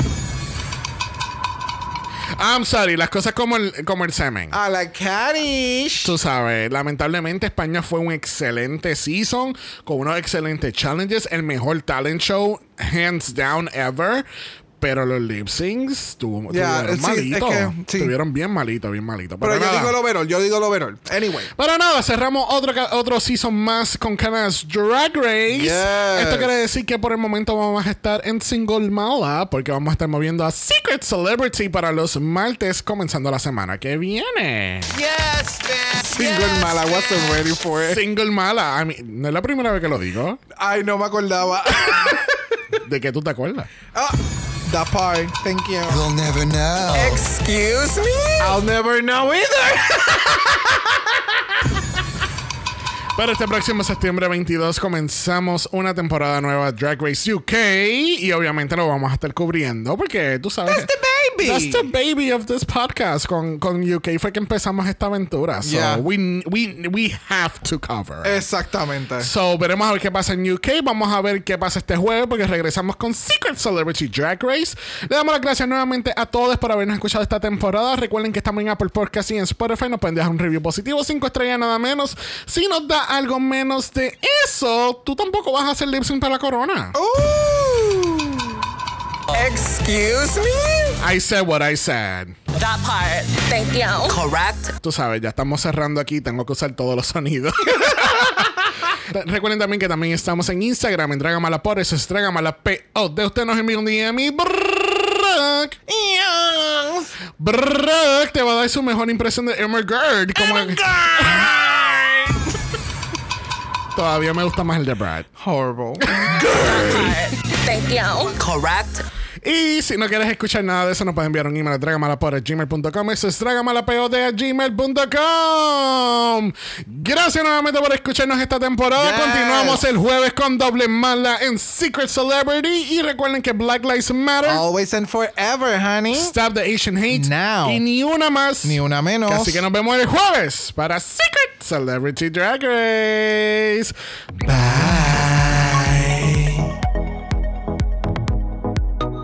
A: I'm sorry, las cosas como el, como el semen.
E: A la Carish.
A: Tú sabes, lamentablemente España fue un excelente season con unos excelentes challenges, el mejor talent show hands down ever. Pero los lip syncs tuvo-
E: Ya,
A: tuvieron
E: sí, es
A: malitos.
E: que- sí.
A: Tuvieron bien malitos, bien malitos.
E: Pero yo
A: nada.
E: digo el overall, yo digo el overall. Anyway.
A: Pero nada, cerramos otro, ca- otro season más con Canas Drag Race.
E: Yes.
A: Esto quiere decir que por el momento vamos a estar en Single Mala porque vamos a estar moviendo a Secret Celebrity para los martes comenzando la semana que viene.
B: Yes, bitch.
E: Single
B: yes,
E: mala, wasn't
B: bitch.
E: ready for it.
A: Single Mala, I mean, no es la primera vez que lo digo.
E: Ay, no me acordaba.
A: ¿De qué tú te acuerdas?
E: ah, that part. Thank you.
C: We'll never know.
B: Excuse me?
E: I'll never know either.
A: Para este próximo septiembre 22 comenzamos una temporada nueva de Drag Race UK y obviamente lo vamos a estar cubriendo porque tú sabes...
E: That's the baby.
A: That's the baby of this podcast. Con, con UK fue que empezamos esta aventura. So
E: Yeah.
A: we, we, we have to cover.
E: Exactamente.
A: So, veremos a ver qué pasa en UK. Vamos a ver qué pasa este jueves porque regresamos con Secret Celebrity Drag Race. Le damos las gracias nuevamente a todos por habernos escuchado esta temporada. Recuerden que estamos en Apple Podcast y en Spotify. Nos pueden dejar un review positivo, 5 estrellas nada menos. Si nos da algo menos de eso, tú tampoco vas a hacer lip sync para la corona.
C: Oh. Excuse me?
A: I said what I said.
G: That part. Thank you. Correct.
A: Tú sabes, ya estamos cerrando aquí, tengo que usar todos los sonidos. Recuerden también que también estamos en Instagram, en Dragamala, por eso es Dragamala PO. De usted nos envía un DM y Brock, Brock te va a dar su mejor impresión de Emergard. Como Todavía me gusta más el de Brad.
E: Horrible.
G: That part. Thank you. Correct.
A: Y si no quieres escuchar nada de eso, nos pueden enviar un email a dragamalapod.gmail.com. Eso es dragamalapod.gmail.com. Gracias nuevamente por escucharnos esta temporada.
E: Yes.
A: Continuamos el jueves con Doble Mala en Secret Celebrity. Y recuerden que Black Lives Matter.
E: Always and forever, honey.
A: Stop the Asian Hate.
E: Now.
A: Y ni una más.
E: Ni una menos.
A: Así que nos vemos el jueves para Secret Celebrity Drag Race. Bye.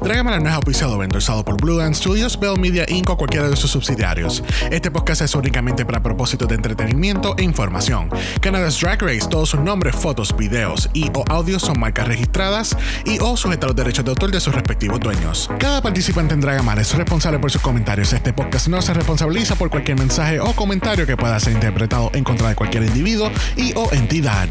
A: Dragamala no es auspiciado o endorsado por Blue Ant Studios, Bell Media Inc. o cualquiera de sus subsidiarios. Este podcast es únicamente para propósitos de entretenimiento e información. Canada's Drag Race, todos sus nombres, fotos, videos y o audios son marcas registradas y o sujetas a los derechos de autor de sus respectivos dueños. Cada participante en Dragamala es responsable por sus comentarios. Este podcast no se responsabiliza por cualquier mensaje o comentario que pueda ser interpretado en contra de cualquier individuo y o entidad.